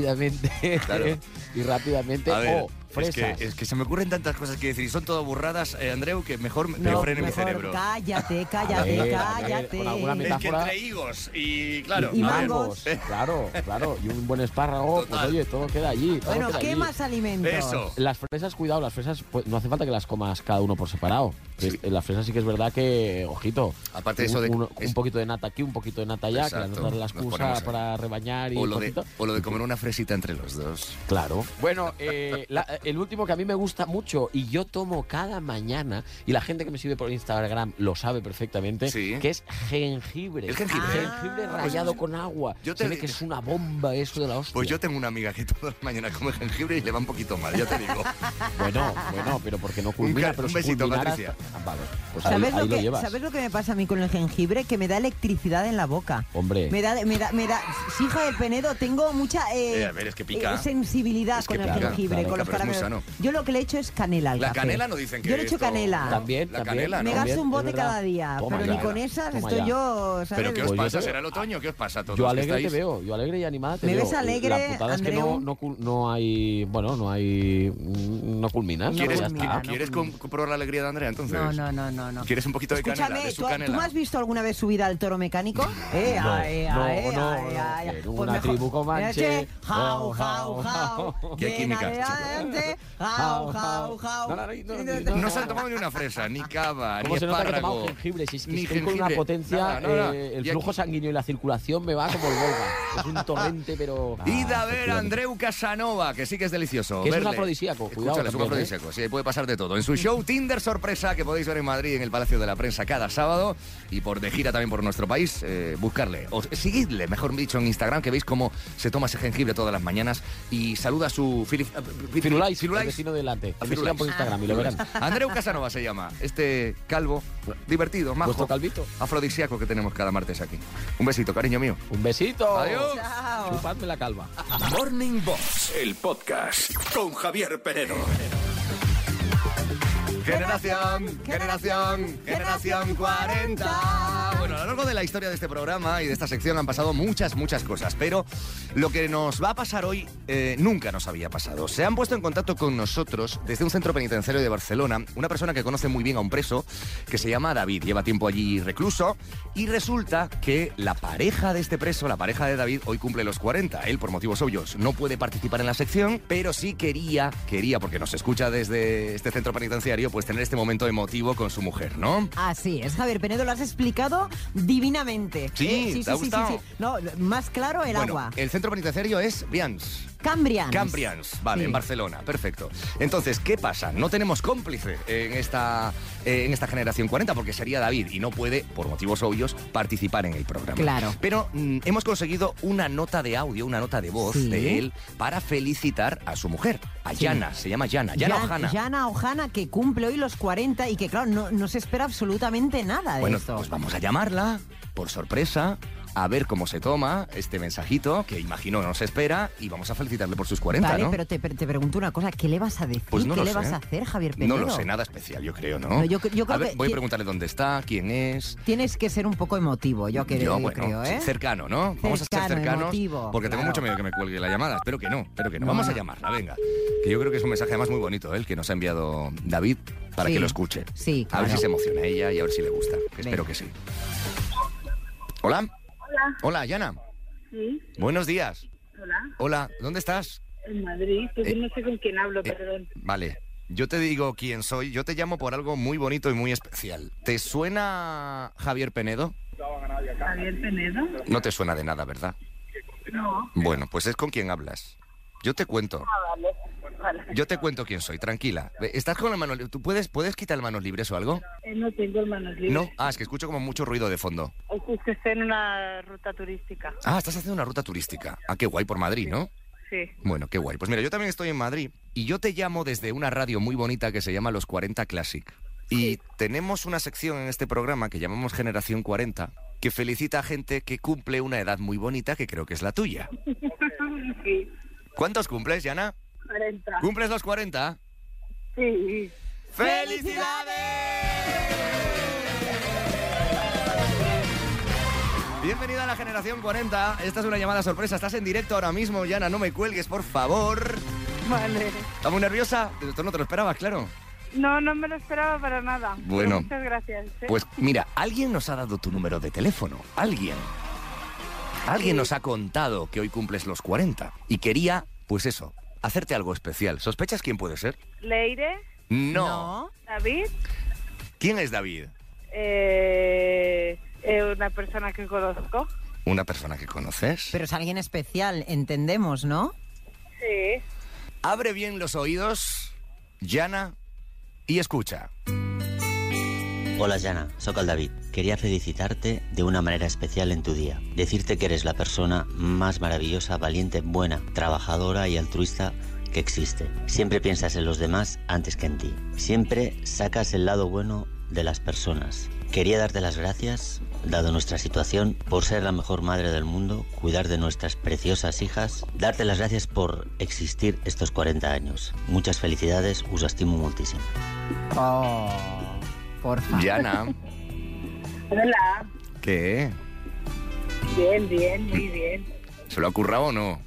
[SPEAKER 10] rápidamente,
[SPEAKER 2] Claro.
[SPEAKER 10] y rápidamente,
[SPEAKER 2] A ver,
[SPEAKER 10] oh,
[SPEAKER 2] es, que,
[SPEAKER 10] fresas.
[SPEAKER 2] es que se me ocurren tantas cosas que decir y son todas burradas, eh, Andreu, que mejor me
[SPEAKER 4] No,
[SPEAKER 2] frene mi
[SPEAKER 4] mejor
[SPEAKER 2] cerebro.
[SPEAKER 4] cállate,
[SPEAKER 10] A
[SPEAKER 4] cállate,
[SPEAKER 10] ver, a ver,
[SPEAKER 4] cállate.
[SPEAKER 10] con alguna
[SPEAKER 2] Es que
[SPEAKER 10] metáfora-
[SPEAKER 2] entre higos y claro,
[SPEAKER 4] Y
[SPEAKER 2] a ver,
[SPEAKER 4] mangos.
[SPEAKER 10] Claro, claro. Y un buen espárrago, pues
[SPEAKER 2] Total.
[SPEAKER 10] oye, todo queda allí. todo
[SPEAKER 4] Bueno,
[SPEAKER 10] queda
[SPEAKER 4] ¿qué
[SPEAKER 10] allí.
[SPEAKER 4] más alimentos?
[SPEAKER 2] Eso.
[SPEAKER 10] Las fresas, cuidado, las fresas, pues, no hace falta que las comas cada uno por separado.
[SPEAKER 2] Sí.
[SPEAKER 10] Es- Las fresas sí que es verdad que, ojito.
[SPEAKER 2] Aparte
[SPEAKER 10] un,
[SPEAKER 2] eso de-
[SPEAKER 10] Un,
[SPEAKER 2] es-
[SPEAKER 10] un poquito de nata aquí, un poquito de nata allá,
[SPEAKER 2] Exacto,
[SPEAKER 10] que la nata es la
[SPEAKER 2] nos
[SPEAKER 10] excusa
[SPEAKER 2] ponemos ahí.
[SPEAKER 10] para rebañar y
[SPEAKER 2] o, lo de,
[SPEAKER 10] poquito.
[SPEAKER 2] o lo de comer una fresita entre los dos.
[SPEAKER 10] Claro. Bueno, eh, la- el último que a mí me gusta mucho y yo tomo cada mañana, y la gente que me sigue por Instagram lo sabe perfectamente,
[SPEAKER 2] Sí.
[SPEAKER 10] que es jengibre.
[SPEAKER 2] El jengibre. ¿eh?
[SPEAKER 10] Ah. Jengibre rallado con agua.
[SPEAKER 2] Yo
[SPEAKER 10] Yo
[SPEAKER 2] te-
[SPEAKER 10] te... que es una bomba eso de la hostia.
[SPEAKER 2] Pues yo tengo una amiga que todas las mañanas come jengibre y le va un poquito mal, ya te digo.
[SPEAKER 10] Bueno, bueno, pero porque no culmina,
[SPEAKER 2] ca-
[SPEAKER 10] pero
[SPEAKER 2] un
[SPEAKER 10] si
[SPEAKER 2] besito,
[SPEAKER 10] culminara-
[SPEAKER 2] Patricia.
[SPEAKER 10] Ah, Vale, pues ahí,
[SPEAKER 4] ¿Sabes,
[SPEAKER 10] ahí
[SPEAKER 4] lo
[SPEAKER 10] lo
[SPEAKER 4] que,
[SPEAKER 10] llevas.
[SPEAKER 4] ¿Sabes lo que me pasa a mí con el jengibre? Que me da electricidad en la boca.
[SPEAKER 10] Hombre.
[SPEAKER 4] Me da, me da, me da. Sí, Javier Penedo, tengo mucha eh,
[SPEAKER 2] Eh, a ver, es que pica.
[SPEAKER 4] eh, sensibilidad
[SPEAKER 2] Es que
[SPEAKER 4] con el
[SPEAKER 2] pica,
[SPEAKER 4] jengibre,
[SPEAKER 10] claro,
[SPEAKER 4] con los
[SPEAKER 2] pero es muy
[SPEAKER 4] caramelos.
[SPEAKER 2] sano.
[SPEAKER 4] Yo lo que le echo es canela al
[SPEAKER 2] La
[SPEAKER 4] café.
[SPEAKER 2] canela no dicen que
[SPEAKER 4] Yo le echo
[SPEAKER 2] esto-
[SPEAKER 4] canela.
[SPEAKER 2] ¿no?
[SPEAKER 10] También,
[SPEAKER 2] La
[SPEAKER 10] también.
[SPEAKER 2] canela, ¿no?
[SPEAKER 4] Me gasto un
[SPEAKER 10] También,
[SPEAKER 4] bote
[SPEAKER 10] es verdad.
[SPEAKER 4] cada día,
[SPEAKER 10] Toma
[SPEAKER 4] pero
[SPEAKER 10] ya.
[SPEAKER 4] ni con esas
[SPEAKER 10] Toma
[SPEAKER 4] estoy
[SPEAKER 10] ya.
[SPEAKER 4] yo, ¿sabes?
[SPEAKER 2] ¿Pero qué os
[SPEAKER 10] Pues yo
[SPEAKER 2] pasa?
[SPEAKER 10] te-
[SPEAKER 2] ¿Será el otoño? ¿Qué os pasa a todos?
[SPEAKER 10] Yo
[SPEAKER 2] que
[SPEAKER 10] alegre te
[SPEAKER 2] estáis?
[SPEAKER 10] veo, yo alegre y animada te
[SPEAKER 4] ¿Me
[SPEAKER 10] veo.
[SPEAKER 4] ves alegre,
[SPEAKER 10] La putada es que
[SPEAKER 4] Andreu?
[SPEAKER 10] no, no, cul- no hay, bueno, no hay, no culminas.
[SPEAKER 4] No
[SPEAKER 10] pero
[SPEAKER 2] ¿Quieres,
[SPEAKER 10] ya
[SPEAKER 4] culmina,
[SPEAKER 10] está.
[SPEAKER 4] no
[SPEAKER 2] ¿quieres
[SPEAKER 4] culmina.
[SPEAKER 2] comprobar la alegría de Andrea entonces?
[SPEAKER 4] No, no, no, no, no.
[SPEAKER 2] ¿Quieres un poquito de
[SPEAKER 4] Escúchame,
[SPEAKER 2] canela? De su
[SPEAKER 4] ¿tú,
[SPEAKER 2] canela.
[SPEAKER 4] tú me has visto alguna vez subida al toro mecánico? Eh,
[SPEAKER 10] No,
[SPEAKER 4] ay,
[SPEAKER 10] no,
[SPEAKER 4] ay,
[SPEAKER 10] no,
[SPEAKER 4] ay,
[SPEAKER 10] no,
[SPEAKER 4] ay, Pues
[SPEAKER 10] que
[SPEAKER 4] ay.
[SPEAKER 10] era una tribu comanche.
[SPEAKER 4] Leche, Jau,
[SPEAKER 10] Jau,
[SPEAKER 4] jau, jau.
[SPEAKER 10] jau.
[SPEAKER 2] Y hay
[SPEAKER 4] Bien
[SPEAKER 2] química.
[SPEAKER 4] adelante, Jau, jau, jau.
[SPEAKER 10] No, no, no, no, no,
[SPEAKER 2] No se han tomado ni una fresa, ni cava, ni
[SPEAKER 10] ¿Cómo se nota que
[SPEAKER 2] espárrago.
[SPEAKER 10] tomamos jengibre? Si es que
[SPEAKER 2] ni
[SPEAKER 10] estoy con una
[SPEAKER 2] jengibre.
[SPEAKER 10] potencia,
[SPEAKER 2] Nada, nada.
[SPEAKER 10] eh, el
[SPEAKER 2] Y
[SPEAKER 10] flujo
[SPEAKER 2] aquí-
[SPEAKER 10] sanguíneo y la circulación me va Ah, como el Volga. Es un torrente, pero...
[SPEAKER 2] Id a
[SPEAKER 10] Ah,
[SPEAKER 2] ver a
[SPEAKER 10] efectivamente.
[SPEAKER 2] Andreu Casanova, que sí que es delicioso.
[SPEAKER 10] Que es un
[SPEAKER 2] verle.
[SPEAKER 10] afrodisíaco, cuidado
[SPEAKER 2] Escúchale, es un
[SPEAKER 10] también, ¿eh?
[SPEAKER 2] afrodisíaco, sí, puede pasar de todo. En su show Tinder Sorpresa, que podéis ver en Madrid, en el Palacio de la Prensa, cada sábado, y por de gira también por nuestro país, eh, buscarle. O seguidle, mejor dicho, en Instagram, que veis cómo se toma ese jengibre todas las mañanas y saluda a su... Filip,
[SPEAKER 10] Firulais,
[SPEAKER 2] Firulais.
[SPEAKER 10] el vecino delante. Que me
[SPEAKER 2] Firulais.
[SPEAKER 10] sigan por Instagram y lo verán.
[SPEAKER 2] Andreu Casanova se llama, este calvo, divertido, majo,
[SPEAKER 10] Vuestro calvito.
[SPEAKER 2] afrodisíaco que tenemos cada martes aquí. Un besito, cariño mío.
[SPEAKER 10] Un besito.
[SPEAKER 2] Adiós.
[SPEAKER 4] Chao.
[SPEAKER 10] Chupadme la calva.
[SPEAKER 1] Morning Box, el podcast con Javier Penedo.
[SPEAKER 2] Generación, generación, generación 40. Bueno, a lo largo de la historia de este programa y de esta sección han pasado muchas, muchas cosas, pero lo que nos va a pasar hoy eh, nunca nos había pasado. Se han puesto en contacto con nosotros desde un centro penitenciario de Barcelona, una persona que conoce muy bien a un preso que se llama David, lleva tiempo allí recluso y resulta que la pareja de este preso, la pareja de David, hoy cumple los 40. Él, por motivos obvios, no puede participar en la sección, pero sí quería, quería, porque nos escucha desde este centro penitenciario, pues tener este momento emotivo con su mujer, ¿no?
[SPEAKER 4] Así es, Javier Penedo, lo has explicado divinamente.
[SPEAKER 2] Sí,
[SPEAKER 4] Eh,
[SPEAKER 2] ¿te ha gustado?
[SPEAKER 4] No, más claro el
[SPEAKER 2] Bueno, eh,
[SPEAKER 4] agua.
[SPEAKER 2] El centro penitenciario es Brians.
[SPEAKER 4] Cambrians.
[SPEAKER 2] Cambrians, vale,
[SPEAKER 4] Sí.
[SPEAKER 2] en Barcelona, perfecto. Entonces, ¿qué pasa? No tenemos cómplice en esta, eh, en esta generación 40 porque sería David y no puede, por motivos obvios, participar en el programa.
[SPEAKER 4] Claro.
[SPEAKER 2] Pero mm, hemos conseguido una nota de audio, una nota de voz
[SPEAKER 4] Sí.
[SPEAKER 2] de él para felicitar a su mujer, a
[SPEAKER 4] Sí.
[SPEAKER 2] Yana, se llama Yana, Yana
[SPEAKER 4] Jan-
[SPEAKER 2] Ojana.
[SPEAKER 4] Jana Ojana, que cumple hoy los 40 y que, claro, no, no se espera absolutamente nada de
[SPEAKER 2] Bueno,
[SPEAKER 4] esto.
[SPEAKER 2] pues vamos a llamarla, por sorpresa, a ver cómo se toma este mensajito, que imagino nos espera, y vamos a felicitarle por sus 40,
[SPEAKER 4] vale,
[SPEAKER 2] ¿no?
[SPEAKER 4] pero te, pre- te pregunto una cosa, ¿qué le vas a decir?
[SPEAKER 2] Pues no
[SPEAKER 4] ¿Qué
[SPEAKER 2] lo
[SPEAKER 4] le
[SPEAKER 2] sé.
[SPEAKER 4] vas a hacer, Javier
[SPEAKER 2] No
[SPEAKER 4] Penedo?
[SPEAKER 2] lo sé, nada especial, yo creo, ¿no?
[SPEAKER 4] No, yo cre- yo creo
[SPEAKER 2] A ver,
[SPEAKER 4] que-
[SPEAKER 2] voy
[SPEAKER 4] que-
[SPEAKER 2] a preguntarle dónde está, quién es.
[SPEAKER 4] Tienes que ser un poco emotivo, yo, que- yo
[SPEAKER 2] bueno,
[SPEAKER 4] creo, ¿eh?
[SPEAKER 2] cercano, ¿no? Vamos a ser
[SPEAKER 4] Cercano,
[SPEAKER 2] cercanos.
[SPEAKER 4] emotivo,
[SPEAKER 2] porque tengo
[SPEAKER 4] claro.
[SPEAKER 2] mucho miedo que me cuelgue la llamada. Espero que no, espero que no.
[SPEAKER 4] No,
[SPEAKER 2] Vamos a
[SPEAKER 4] no.
[SPEAKER 2] llamarla, venga. Que yo creo que es un mensaje además muy bonito, ¿eh? el que nos ha enviado David para
[SPEAKER 4] Sí.
[SPEAKER 2] que lo escuche.
[SPEAKER 4] Sí,
[SPEAKER 2] A ver
[SPEAKER 4] claro.
[SPEAKER 2] si se emociona ella y a ver si le gusta. que espero que sí. Hola. Hola. Hola, Yana.
[SPEAKER 11] Sí,
[SPEAKER 2] Buenos días.
[SPEAKER 11] hola.
[SPEAKER 2] Hola, ¿dónde estás? Eh,
[SPEAKER 11] En Madrid, pues yo no sé con quién hablo, perdón.
[SPEAKER 2] Vale. Yo te digo quién soy. Yo te llamo por algo muy bonito y muy especial. ¿Te suena Javier Penedo?
[SPEAKER 11] ¿Javier Penedo?
[SPEAKER 2] No te suena de nada, ¿verdad?
[SPEAKER 11] No.
[SPEAKER 2] Bueno, pues es con quien hablas. Yo te cuento.
[SPEAKER 11] Ah, vale. vale.
[SPEAKER 2] Yo te cuento quién soy, tranquila. Ve, ¿Estás con la mano libre? ¿Tú puedes, puedes quitar el manos libres o algo?
[SPEAKER 11] Eh, no tengo hermanos libres.
[SPEAKER 2] No. Ah, es que escucho como mucho ruido de fondo.
[SPEAKER 11] Es que- es que estoy en una ruta turística.
[SPEAKER 2] Ah, estás haciendo una ruta turística. Ah, qué guay, por Madrid, ¿no?
[SPEAKER 11] Sí.
[SPEAKER 2] Bueno, qué guay. Pues mira, yo también estoy en Madrid y yo te llamo desde una radio muy bonita que se llama Los 40 Classic. Y tenemos una sección en este programa que llamamos Generación 40 que felicita a gente que cumple una edad muy bonita que creo que es la tuya.
[SPEAKER 11] sí,
[SPEAKER 2] ¿Cuántos cumples, Yana?
[SPEAKER 11] 40.
[SPEAKER 2] ¿Cumples los 40?
[SPEAKER 11] Sí.
[SPEAKER 2] ¡Felicidades! Bienvenida a la generación 40. Esta es una llamada sorpresa. Estás en directo ahora mismo, Yana. No me cuelgues, por favor.
[SPEAKER 11] Vale.
[SPEAKER 2] ¿Estás muy nerviosa? Esto no te lo esperabas, claro.
[SPEAKER 11] No, no me lo esperaba para nada.
[SPEAKER 2] Bueno.
[SPEAKER 11] Muchas gracias. ¿eh?
[SPEAKER 2] Pues mira, alguien nos ha dado tu número de teléfono. Alguien. Alguien nos ha contado que hoy cumples los 40 y quería, pues eso, hacerte algo especial. ¿Sospechas quién puede ser?
[SPEAKER 11] Leire,
[SPEAKER 2] No.
[SPEAKER 11] David,
[SPEAKER 2] ¿Quién es David?
[SPEAKER 11] eh, eh, una persona que conozco.
[SPEAKER 2] Una persona que conoces.
[SPEAKER 4] Pero es alguien especial, entendemos, ¿no?
[SPEAKER 11] Sí.
[SPEAKER 2] Abre bien los oídos, Yana, y escucha.
[SPEAKER 12] Hola Jana, soy el David. Quería felicitarte de una manera especial en tu día. Decirte que eres la persona más maravillosa, valiente, buena, trabajadora y altruista que existe. Siempre piensas en los demás antes que en ti. Siempre sacas el lado bueno de las personas. Quería darte las gracias, dado nuestra situación, por ser la mejor madre del mundo, cuidar de nuestras preciosas hijas, darte las gracias por existir estos 40 años. Muchas felicidades, os estimo muchísimo.
[SPEAKER 4] Oh, por favor.
[SPEAKER 2] Yana,
[SPEAKER 11] Hola.
[SPEAKER 2] ¿qué?
[SPEAKER 11] Bien, bien, muy bien.
[SPEAKER 2] ¿Se lo ha currado o no?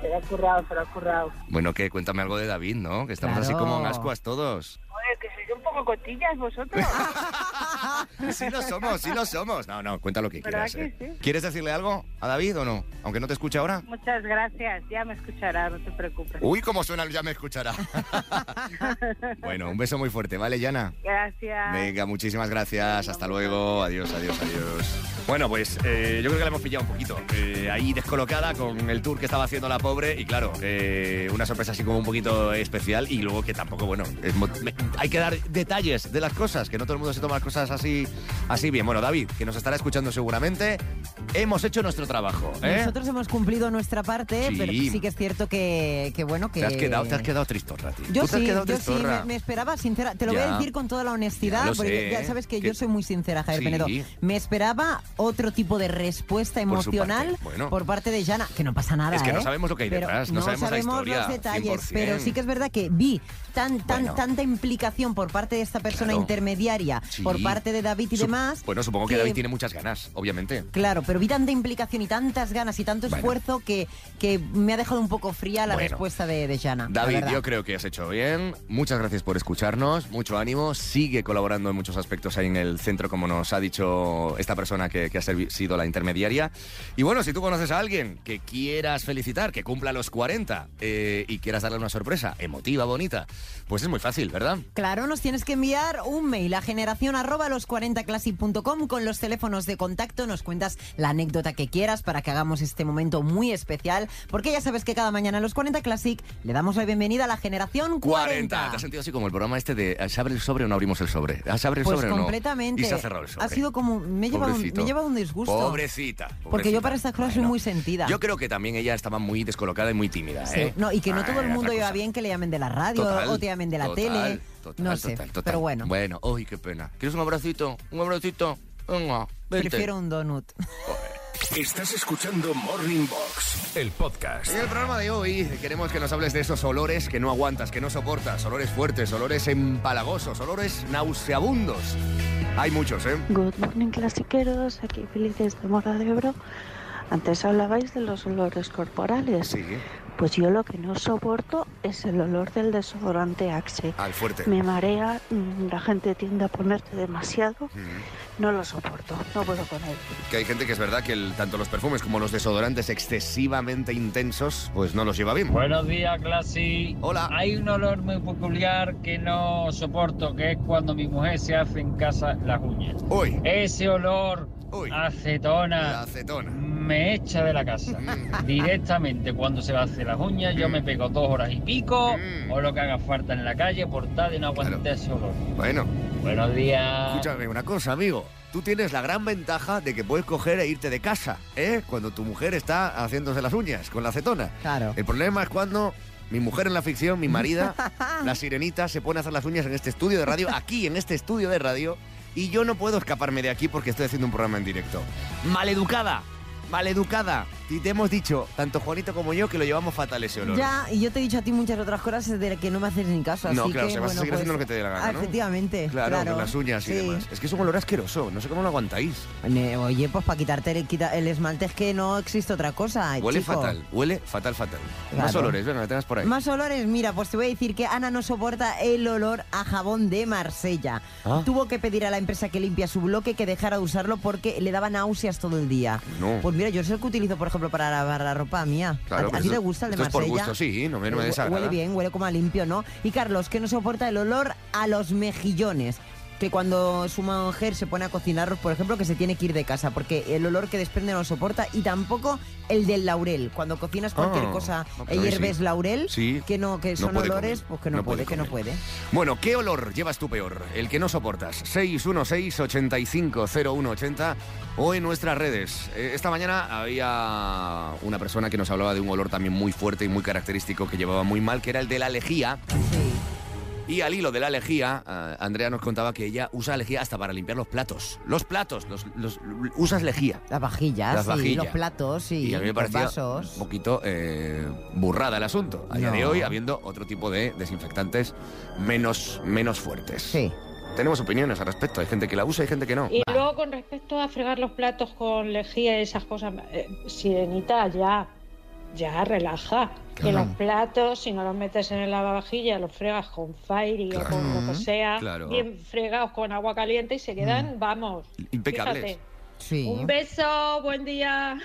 [SPEAKER 11] Se lo ha currado, se lo ha currado.
[SPEAKER 2] Bueno, que cuéntame algo de David, ¿no? Que estamos así
[SPEAKER 11] Claro.
[SPEAKER 2] como en ascuas todos.
[SPEAKER 11] Oye, que sois un poco cotillas vosotros. Ah,
[SPEAKER 2] Sí lo somos, sí lo somos. No, no, cuenta lo que
[SPEAKER 11] ¿Verdad
[SPEAKER 2] quieras.
[SPEAKER 11] que
[SPEAKER 2] ¿eh?
[SPEAKER 11] sí?
[SPEAKER 2] ¿Quieres decirle algo a David o no? Aunque no te escuche ahora.
[SPEAKER 11] Muchas gracias, ya me escuchará, no te preocupes.
[SPEAKER 2] Uy, cómo suena, ya me escuchará. bueno, un beso muy fuerte, ¿vale, Yana?
[SPEAKER 11] Gracias.
[SPEAKER 2] Venga, muchísimas gracias. Hasta luego. Adiós, adiós, adiós. Bueno, pues eh, yo creo que la hemos pillado un poquito. eh, ahí descolocada con el tour que estaba haciendo la pobre. Y claro, eh, una sorpresa así como un poquito especial. Y luego que tampoco, bueno, es mo- me- hay que dar detalles de las cosas, que no todo el mundo se toma las cosas así, así bien. Bueno, David, que nos estará escuchando seguramente, hemos hecho nuestro trabajo. ¿eh?
[SPEAKER 4] Nosotros hemos cumplido nuestra parte,
[SPEAKER 2] Sí.
[SPEAKER 4] pero sí que es cierto que, que bueno, que...
[SPEAKER 2] Te has quedado, te has quedado tristorra, tío.
[SPEAKER 4] Yo
[SPEAKER 2] Tú te has
[SPEAKER 4] sí,
[SPEAKER 2] quedado
[SPEAKER 4] yo sí,
[SPEAKER 2] tristorra.
[SPEAKER 4] me, me esperaba, sincera, te lo voy
[SPEAKER 2] Ya.
[SPEAKER 4] a decir con toda la honestidad,
[SPEAKER 2] Ya lo
[SPEAKER 4] porque
[SPEAKER 2] sé,
[SPEAKER 4] ya sabes que,
[SPEAKER 2] que-
[SPEAKER 4] yo soy muy sincera, Javier
[SPEAKER 2] Sí.
[SPEAKER 4] Penedo. Me esperaba otro tipo de respuesta
[SPEAKER 2] Por su parte,
[SPEAKER 4] emocional por,
[SPEAKER 2] bueno.
[SPEAKER 4] parte de Jana, que no pasa nada.
[SPEAKER 2] Es que no
[SPEAKER 4] ¿eh?
[SPEAKER 2] sabemos lo que hay
[SPEAKER 4] Pero
[SPEAKER 2] detrás, no sabemos la historia,
[SPEAKER 4] los detalles,
[SPEAKER 2] 100%.
[SPEAKER 4] pero sí que es verdad que vi tan, tan, tanta implicación por parte de esta persona
[SPEAKER 2] Claro.
[SPEAKER 4] intermediaria,
[SPEAKER 2] Sí.
[SPEAKER 4] por parte de David y
[SPEAKER 2] Sup-
[SPEAKER 4] demás.
[SPEAKER 2] Bueno, supongo que
[SPEAKER 4] que-
[SPEAKER 2] David tiene muchas ganas, obviamente.
[SPEAKER 4] Claro, pero vi tanta implicación y tantas ganas y tanto esfuerzo que, que me ha dejado un poco fría la
[SPEAKER 2] Bueno.
[SPEAKER 4] respuesta de, de Jana. la
[SPEAKER 2] David,
[SPEAKER 4] verdad.
[SPEAKER 2] yo creo que has hecho bien. Muchas gracias por escucharnos, mucho ánimo. Sigue colaborando en muchos aspectos ahí en el centro, como nos ha dicho esta persona que, que ha servi- sido la intermediaria. Y bueno, si tú conoces a alguien que quieras felicitar, que cumpla los 40 eh, y quieras darle una sorpresa emotiva, bonita, pues es muy fácil, ¿verdad?
[SPEAKER 4] Claro, nos tienes que enviar un mail a generación arroba los 40classic.com con los teléfonos de contacto. Nos cuentas la anécdota que quieras para que hagamos este momento muy especial. Porque ya sabes que cada mañana en los 40 Classic le damos la bienvenida a la generación 40.
[SPEAKER 2] ¿Te has sentido así como el programa este de eh, se abre el sobre o no abrimos el sobre? Ah, ¿Se abre el
[SPEAKER 4] Pues
[SPEAKER 2] sobre o no?
[SPEAKER 4] completamente.
[SPEAKER 2] Y se ha cerrado el sobre.
[SPEAKER 4] Ha sido como. Me he llevado, un-
[SPEAKER 2] Pobrecito.
[SPEAKER 4] me he llevado un disgusto.
[SPEAKER 2] Pobrecita,
[SPEAKER 4] Porque
[SPEAKER 2] pobrecita.
[SPEAKER 4] yo para estas cosas soy muy sentida.
[SPEAKER 2] Yo creo que también ella estaba muy descolocada y muy tímida.
[SPEAKER 4] Sí.
[SPEAKER 2] ¿eh?
[SPEAKER 4] No, y que no
[SPEAKER 2] Ah,
[SPEAKER 4] todo el
[SPEAKER 2] era
[SPEAKER 4] mundo
[SPEAKER 2] otra
[SPEAKER 4] lleva
[SPEAKER 2] cosa.
[SPEAKER 4] bien que le llamen de la radio
[SPEAKER 2] Total,
[SPEAKER 4] o te llamen de la
[SPEAKER 2] total,
[SPEAKER 4] tele.
[SPEAKER 2] total,
[SPEAKER 4] no sé.
[SPEAKER 2] total, total.
[SPEAKER 4] Pero bueno,
[SPEAKER 2] Bueno, uy, qué pena. ¿Quieres un abracito? Un abracito. Venga, vente.
[SPEAKER 4] prefiero un donut.
[SPEAKER 1] Estás escuchando Morning Box, el podcast.
[SPEAKER 2] En el programa de hoy queremos que nos hables de esos olores que no aguantas, que no soportas, olores fuertes, olores empalagosos, olores nauseabundos. Hay muchos, ¿eh?
[SPEAKER 13] Good morning, clasiqueros. Aquí felices de Mora de Ebro. Antes hablabais de los olores corporales. Pues yo lo que no soporto es el olor del desodorante Axe.
[SPEAKER 2] Al fuerte.
[SPEAKER 13] Me marea, mm, la gente tiende a ponerte demasiado. No lo soporto, no puedo con él.
[SPEAKER 2] Que hay gente que es verdad que el- tanto los perfumes como los desodorantes excesivamente intensos, pues no los lleva bien.
[SPEAKER 14] Buenos días, Classy. Hola. Hay un olor muy peculiar que no soporto, que es cuando mi mujer se hace en casa las uñas.
[SPEAKER 2] Uy.
[SPEAKER 14] Ese olor a acetona. Me echa de la casa. Directamente cuando se va a hacer las uñas, yo me pego dos horas y pico,
[SPEAKER 2] Mm,
[SPEAKER 14] o lo que haga falta en la calle, por tal de no aguantar ese olor.
[SPEAKER 2] Bueno.
[SPEAKER 14] Buenos días.
[SPEAKER 2] Escúchame una cosa, amigo. Tú tienes la gran ventaja de que puedes coger e irte de casa, ¿eh? Cuando tu mujer está haciéndose las uñas con la acetona.
[SPEAKER 4] Claro.
[SPEAKER 2] El problema es cuando mi mujer en la ficción, mi marida, la sirenita, se pone a hacer las uñas en este estudio de radio, aquí, en este estudio de radio, y yo no puedo escaparme de aquí porque estoy haciendo un programa en directo. Maleducada, maleducada. Y te hemos dicho, tanto Juanito como yo, que lo llevamos fatal ese olor.
[SPEAKER 4] Ya, y yo te he dicho a ti muchas otras cosas de las que no me haces ni caso.
[SPEAKER 2] No,
[SPEAKER 4] así
[SPEAKER 2] claro,
[SPEAKER 4] que,
[SPEAKER 2] se vas a
[SPEAKER 4] bueno,
[SPEAKER 2] seguir
[SPEAKER 4] pues,
[SPEAKER 2] haciendo lo que te dé la gana,
[SPEAKER 4] ah,
[SPEAKER 2] ¿no?
[SPEAKER 4] Efectivamente.
[SPEAKER 2] Claro, con las uñas y
[SPEAKER 4] sí.
[SPEAKER 2] demás. Es que es un olor asqueroso, no sé cómo lo aguantáis.
[SPEAKER 4] Ne- Oye, pues para quitarte el, quita- el esmalte es que no existe otra cosa.
[SPEAKER 2] Huele
[SPEAKER 4] chico.
[SPEAKER 2] fatal, huele fatal, fatal. Más
[SPEAKER 4] Claro.
[SPEAKER 2] olores, venga, que tengas por ahí.
[SPEAKER 4] Más olores, mira, pues te voy a decir que Ana no soporta el olor a jabón de Marsella.
[SPEAKER 2] Ah.
[SPEAKER 4] Tuvo que pedir a la empresa que limpia su bloque que dejara de usarlo porque le daba náuseas todo el día.
[SPEAKER 2] No.
[SPEAKER 4] Pues mira, yo es el que utilizo, por ejemplo, para lavar la ropa mía.
[SPEAKER 2] Claro,
[SPEAKER 4] ¿A,
[SPEAKER 2] pero
[SPEAKER 4] a ti
[SPEAKER 2] esto-
[SPEAKER 4] te gusta el de
[SPEAKER 2] esto es por
[SPEAKER 4] Marsella?
[SPEAKER 2] gusto, sí, no me- no me
[SPEAKER 4] Hue-
[SPEAKER 2] desagrada.
[SPEAKER 4] Huele bien, huele como a limpio, ¿no? Y Carlos, que no soporta el olor a los mejillones. Que cuando su mujer se pone a cocinarlos, por ejemplo, que se tiene que ir de casa, porque el olor que desprende no lo soporta y tampoco el del laurel. Cuando cocinas cualquier
[SPEAKER 2] Ah,
[SPEAKER 4] cosa
[SPEAKER 2] no,
[SPEAKER 4] e
[SPEAKER 2] pero ahí
[SPEAKER 4] hierbes
[SPEAKER 2] sí.
[SPEAKER 4] laurel,
[SPEAKER 2] Sí.
[SPEAKER 4] que no, que
[SPEAKER 2] No
[SPEAKER 4] son
[SPEAKER 2] puede
[SPEAKER 4] olores,
[SPEAKER 2] comer.
[SPEAKER 4] pues que no,
[SPEAKER 2] No puede
[SPEAKER 4] puede, que no puede.
[SPEAKER 2] Bueno, ¿qué olor llevas tú peor? El que no soportas. 616-850180 o en nuestras redes. Eh, Esta mañana había una persona que nos hablaba de un olor también muy fuerte y muy característico que llevaba muy mal, que era el de la lejía. Y al hilo de la lejía, ah, Andrea nos contaba que ella usa lejía hasta para limpiar los platos. Los platos, los, los- usas lejía.
[SPEAKER 4] Las vajillas,
[SPEAKER 2] Las
[SPEAKER 4] sí,
[SPEAKER 2] vajillas.
[SPEAKER 4] los platos sí,
[SPEAKER 2] y a mí me
[SPEAKER 4] los
[SPEAKER 2] parecía
[SPEAKER 4] vasos.
[SPEAKER 2] un poquito eh, burrada el asunto. A día
[SPEAKER 4] No.
[SPEAKER 2] de hoy, habiendo otro tipo de desinfectantes menos, menos fuertes.
[SPEAKER 4] Sí.
[SPEAKER 2] Tenemos opiniones al respecto. Hay gente que la usa y gente que no.
[SPEAKER 15] Y luego con respecto a fregar los platos con lejía y esas cosas, eh, sirenita, ya, ya relaja. Que
[SPEAKER 2] Claro.
[SPEAKER 15] los platos, si no los metes en el lavavajillas, los fregas con fairy o con lo que sea,
[SPEAKER 2] Claro. Mm.
[SPEAKER 15] bien fregados con agua caliente y se quedan, vamos,
[SPEAKER 2] Impecables.
[SPEAKER 15] fíjate.
[SPEAKER 4] Sí.
[SPEAKER 15] Un beso, buen día.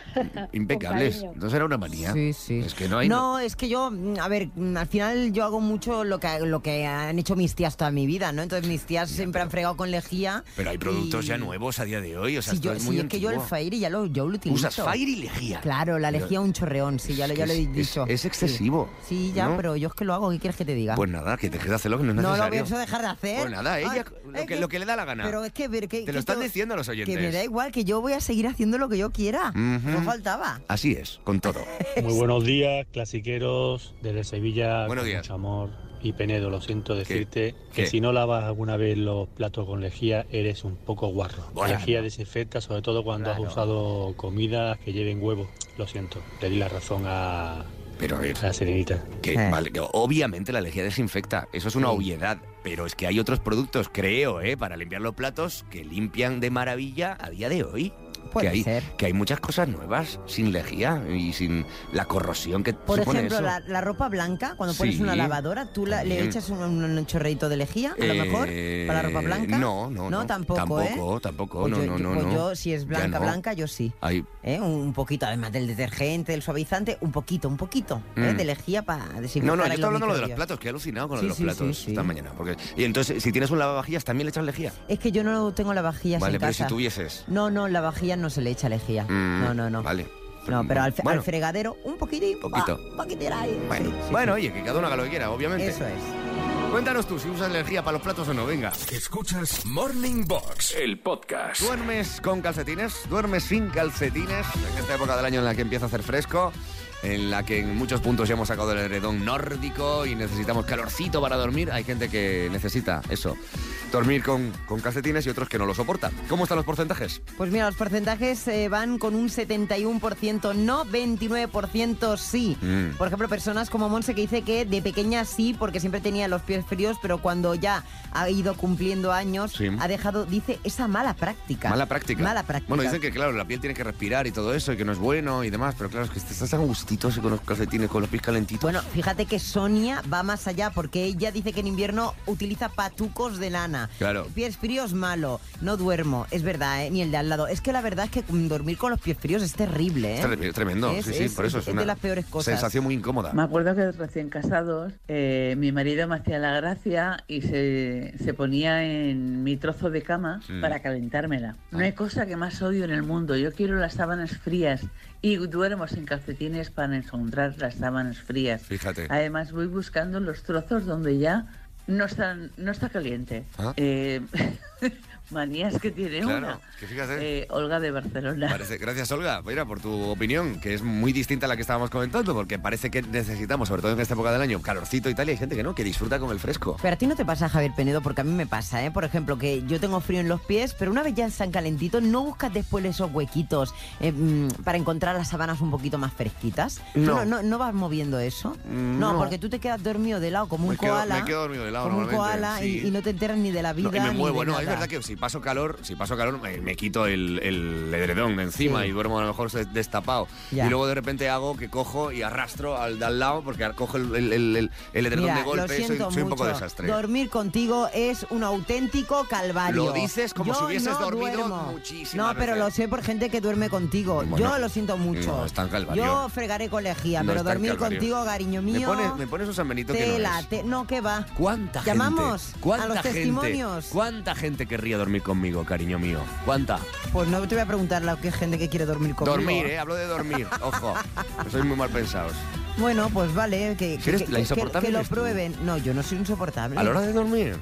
[SPEAKER 2] Impecables.
[SPEAKER 15] Con cariño.
[SPEAKER 2] No será una manía.
[SPEAKER 4] Sí, sí.
[SPEAKER 2] Es que no hay.
[SPEAKER 4] No, es que yo, mm, a ver, mm, al final yo hago mucho lo que, lo que han hecho mis tías toda mi vida, ¿no? Entonces mis tías siempre han fregado con lejía.
[SPEAKER 2] Pero hay productos ya nuevos a día de hoy. O sea,
[SPEAKER 4] Sí,
[SPEAKER 2] esto
[SPEAKER 4] yo,
[SPEAKER 2] es
[SPEAKER 4] sí,
[SPEAKER 2] muy
[SPEAKER 4] es que yo el
[SPEAKER 2] antiguo.
[SPEAKER 4] Fairy ya lo, yo lo utilizo.
[SPEAKER 2] Usas Fairy y lejía.
[SPEAKER 4] Claro, la lejía un chorreón, sí, ya, lo- ya lo he
[SPEAKER 2] Es- es-
[SPEAKER 4] dicho.
[SPEAKER 2] es
[SPEAKER 4] Sí.
[SPEAKER 2] excesivo,
[SPEAKER 4] Sí, ya,
[SPEAKER 2] ¿no?
[SPEAKER 4] pero yo es que lo hago, ¿qué quieres que te diga?
[SPEAKER 2] Pues nada, que dejes de hacerlo, que no es
[SPEAKER 4] no lo
[SPEAKER 2] necesario.
[SPEAKER 4] pienso dejar de hacer.
[SPEAKER 2] Pues nada, ella,
[SPEAKER 4] Ay,
[SPEAKER 2] lo,
[SPEAKER 4] es
[SPEAKER 2] que, lo que le da la gana.
[SPEAKER 4] Pero es que, ver, que
[SPEAKER 2] Te
[SPEAKER 4] que
[SPEAKER 2] lo están
[SPEAKER 4] yo-
[SPEAKER 2] diciendo los oyentes.
[SPEAKER 4] Que me da igual, que yo voy a seguir haciendo lo que yo quiera.
[SPEAKER 2] Ujú.
[SPEAKER 4] No faltaba.
[SPEAKER 2] Así es, con todo.
[SPEAKER 16] Muy buenos días, clasiqueros, desde Sevilla,
[SPEAKER 2] Buenos
[SPEAKER 16] con
[SPEAKER 2] días.
[SPEAKER 16] mucho amor. Y Penedo, lo siento decirte que
[SPEAKER 2] ¿Qué?
[SPEAKER 16] si no lavas alguna vez los platos con lejía, eres un poco guarro.
[SPEAKER 2] Bueno.
[SPEAKER 16] La lejía desinfecta, sobre todo cuando has usado comidas que lleven huevo. Lo siento, le di la razón a,
[SPEAKER 2] Pero a, ver,
[SPEAKER 16] a Serenita.
[SPEAKER 2] Que, vale, que obviamente la lejía desinfecta, eso es una obviedad. Pero es que hay otros productos, creo, ¿eh? para limpiar los platos que limpian de maravilla a día de hoy.
[SPEAKER 4] Puede
[SPEAKER 2] que hay,
[SPEAKER 4] ser.
[SPEAKER 2] Que hay muchas cosas nuevas sin lejía y sin la corrosión que
[SPEAKER 4] Por
[SPEAKER 2] supone
[SPEAKER 4] ejemplo,
[SPEAKER 2] eso.
[SPEAKER 4] la, la ropa blanca, cuando
[SPEAKER 2] Sí,
[SPEAKER 4] pones una lavadora, ¿tú la- le
[SPEAKER 2] también.
[SPEAKER 4] echas un, un chorreito de lejía, a lo
[SPEAKER 2] Eh,
[SPEAKER 4] mejor, para la ropa blanca?
[SPEAKER 2] No, no, no.
[SPEAKER 4] tampoco, ¿eh?
[SPEAKER 2] Tampoco, tampoco,
[SPEAKER 4] Pues
[SPEAKER 2] no,
[SPEAKER 4] yo,
[SPEAKER 2] no,
[SPEAKER 4] yo-
[SPEAKER 2] no,
[SPEAKER 4] pues
[SPEAKER 2] no.
[SPEAKER 4] yo, si es
[SPEAKER 2] Ya
[SPEAKER 4] blanca,
[SPEAKER 2] no.
[SPEAKER 4] blanca, yo sí.
[SPEAKER 2] Hay-
[SPEAKER 4] ¿eh? Un poquito, además del detergente, del suavizante, un poquito, un poquito ¿eh?
[SPEAKER 2] Mm.
[SPEAKER 4] de lejía para desinfectar.
[SPEAKER 2] No, no, yo
[SPEAKER 4] ahí
[SPEAKER 2] estoy hablando de los
[SPEAKER 4] microbios.
[SPEAKER 2] platos, que he alucinado con lo
[SPEAKER 4] Sí,
[SPEAKER 2] de los
[SPEAKER 4] sí,
[SPEAKER 2] platos
[SPEAKER 4] sí, sí.
[SPEAKER 2] esta mañana. Porque, y entonces, si tienes un lavavajillas, ¿también le echas lejía?
[SPEAKER 4] Es que yo no tengo lavavajillas
[SPEAKER 2] vale,
[SPEAKER 4] en
[SPEAKER 2] pero
[SPEAKER 4] casa.
[SPEAKER 2] si tuvieses.
[SPEAKER 4] No, no, la vajilla no se le echa lejía.
[SPEAKER 2] Mm,
[SPEAKER 4] No, no, no.
[SPEAKER 2] Vale.
[SPEAKER 4] No, pero al, fe- al
[SPEAKER 2] Mm, Bueno.
[SPEAKER 4] fregadero un poquitín.
[SPEAKER 2] Poquito.
[SPEAKER 4] Un poquitín ahí.
[SPEAKER 2] Bueno, bueno, oye, que cada uno haga lo que quiera, obviamente.
[SPEAKER 4] Eso es.
[SPEAKER 2] Cuéntanos tú si usas lejía para los platos o no, venga.
[SPEAKER 1] Escuchas Morning Box, el podcast.
[SPEAKER 2] ¿Duermes con calcetines? ¿Duermes sin calcetines? En esta época del año en la que empieza a hacer fresco, en la que en muchos puntos ya hemos sacado el heredón nórdico y necesitamos calorcito para dormir, hay gente que necesita eso, dormir con, con calcetines y otros que no lo soportan. ¿Cómo están los porcentajes?
[SPEAKER 4] Pues mira, los porcentajes eh, van con un 71%, no 29% sí.
[SPEAKER 2] Mm.
[SPEAKER 4] Por ejemplo, personas como Monse que dice que de pequeña sí, porque siempre tenía los pies fríos, pero cuando ya ha ido cumpliendo años,
[SPEAKER 2] Sí.
[SPEAKER 4] ha dejado, dice, esa mala práctica.
[SPEAKER 2] Mala práctica.
[SPEAKER 4] Mala práctica.
[SPEAKER 2] Bueno, dicen que, claro, la piel tiene que respirar y todo eso, y que no es bueno y demás, pero claro, es que estás tan gustito así con los calcetines, con los pies calentitos.
[SPEAKER 4] Bueno, fíjate que Sonia va más allá porque ella dice que en invierno utiliza patucos de lana.
[SPEAKER 2] Claro.
[SPEAKER 4] Pies fríos, malo. No duermo. Es verdad, ¿eh? ni el de al lado. Es que la verdad es que mm, dormir con los pies fríos es terrible. ¿eh?
[SPEAKER 2] Es tre- tremendo,
[SPEAKER 4] Es-
[SPEAKER 2] sí, sí,
[SPEAKER 4] es-
[SPEAKER 2] por eso es,
[SPEAKER 4] es
[SPEAKER 2] una
[SPEAKER 4] de las peores cosas.
[SPEAKER 2] sensación muy incómoda.
[SPEAKER 17] Me acuerdo que recién casados, eh, mi marido me hacía la gracia y se, se ponía en mi trozo de cama
[SPEAKER 2] Mm.
[SPEAKER 18] Sí.
[SPEAKER 17] para calentármela. No
[SPEAKER 2] Ah.
[SPEAKER 17] hay cosa que más odio en el mundo. Yo quiero las sábanas frías y duermo sin calcetines para encontrar las sábanas frías.
[SPEAKER 2] Fíjate.
[SPEAKER 17] Además, voy buscando los trozos donde ya no, están, no está caliente.
[SPEAKER 2] Ah.
[SPEAKER 17] Eh, manías que tiene
[SPEAKER 2] Claro,
[SPEAKER 17] una.
[SPEAKER 2] que fíjate.
[SPEAKER 17] Eh, Olga de Barcelona.
[SPEAKER 2] Parece- gracias, Olga, mira, por tu opinión, que es muy distinta a la que estábamos comentando, porque parece que necesitamos, sobre todo en esta época del año, calorcito y tal, y hay gente que no, que disfruta con el fresco.
[SPEAKER 4] Pero a ti no te pasa, Javier Penedo, porque a mí me pasa, ¿eh? Por ejemplo, que yo tengo frío en los pies, pero una vez ya están calentitos, ¿no buscas después esos huequitos eh, mm, para encontrar las sábanas un poquito más fresquitas? ¿Tú
[SPEAKER 2] No.
[SPEAKER 4] no, no, no vas moviendo eso?
[SPEAKER 2] Mm,
[SPEAKER 4] No,
[SPEAKER 2] no.
[SPEAKER 4] porque tú te quedas dormido de lado como un
[SPEAKER 2] Me quedo-
[SPEAKER 4] koala.
[SPEAKER 2] me quedo dormido de lado
[SPEAKER 4] Como un
[SPEAKER 2] normalmente,
[SPEAKER 4] koala y-
[SPEAKER 2] sí.
[SPEAKER 4] y, no te enteras ni de la vida.
[SPEAKER 2] No, y me
[SPEAKER 4] ni
[SPEAKER 2] muevo,
[SPEAKER 4] de
[SPEAKER 2] no, es
[SPEAKER 4] nada.
[SPEAKER 2] verdad que si paso calor, si paso calor me, me quito el, el edredón de encima
[SPEAKER 4] Sí.
[SPEAKER 2] y duermo a lo mejor des- destapado.
[SPEAKER 4] Ya.
[SPEAKER 2] Y luego de repente hago que cojo y arrastro al de al lado porque cojo el, el- el- el- el edredón
[SPEAKER 4] Mira,
[SPEAKER 2] de
[SPEAKER 4] lo
[SPEAKER 2] golpe, soy,
[SPEAKER 4] siento
[SPEAKER 2] soy un poco
[SPEAKER 4] mucho.
[SPEAKER 2] desastre.
[SPEAKER 4] Dormir contigo es un auténtico calvario.
[SPEAKER 2] Lo dices como
[SPEAKER 4] Yo
[SPEAKER 2] si hubieses
[SPEAKER 4] no
[SPEAKER 2] dormido
[SPEAKER 4] duermo.
[SPEAKER 2] muchísimas
[SPEAKER 4] No, pero
[SPEAKER 2] veces.
[SPEAKER 4] lo sé por gente que duerme contigo. Yo lo siento mucho.
[SPEAKER 2] No, es tan calvario.
[SPEAKER 4] Yo fregaré con lejía,
[SPEAKER 2] No
[SPEAKER 4] pero
[SPEAKER 2] es tan
[SPEAKER 4] dormir
[SPEAKER 2] calvario.
[SPEAKER 4] contigo, cariño mío.
[SPEAKER 2] Me pones, me pones un San Benito que no
[SPEAKER 4] tela,
[SPEAKER 2] es.
[SPEAKER 4] te- no, ¿qué va?
[SPEAKER 2] ¿Cuánta gente?
[SPEAKER 4] ¿Llamamos
[SPEAKER 2] ¿Cuánta
[SPEAKER 4] a los
[SPEAKER 2] gente?
[SPEAKER 4] testimonios?
[SPEAKER 2] ¿Cuánta gente querría dormir conmigo, cariño mío? ¿Cuánta?
[SPEAKER 4] Pues no te voy a preguntar la que gente que quiere dormir conmigo.
[SPEAKER 2] Dormir, ¿eh? Hablo de dormir, ojo. Sois muy mal pensados.
[SPEAKER 4] Bueno, pues vale, que, que,
[SPEAKER 2] ¿Eres
[SPEAKER 4] que-
[SPEAKER 2] la
[SPEAKER 4] que-
[SPEAKER 2] insoportable
[SPEAKER 4] que lo
[SPEAKER 2] eres tú?
[SPEAKER 4] prueben. No, yo no soy insoportable.
[SPEAKER 2] ¿A la hora de dormir?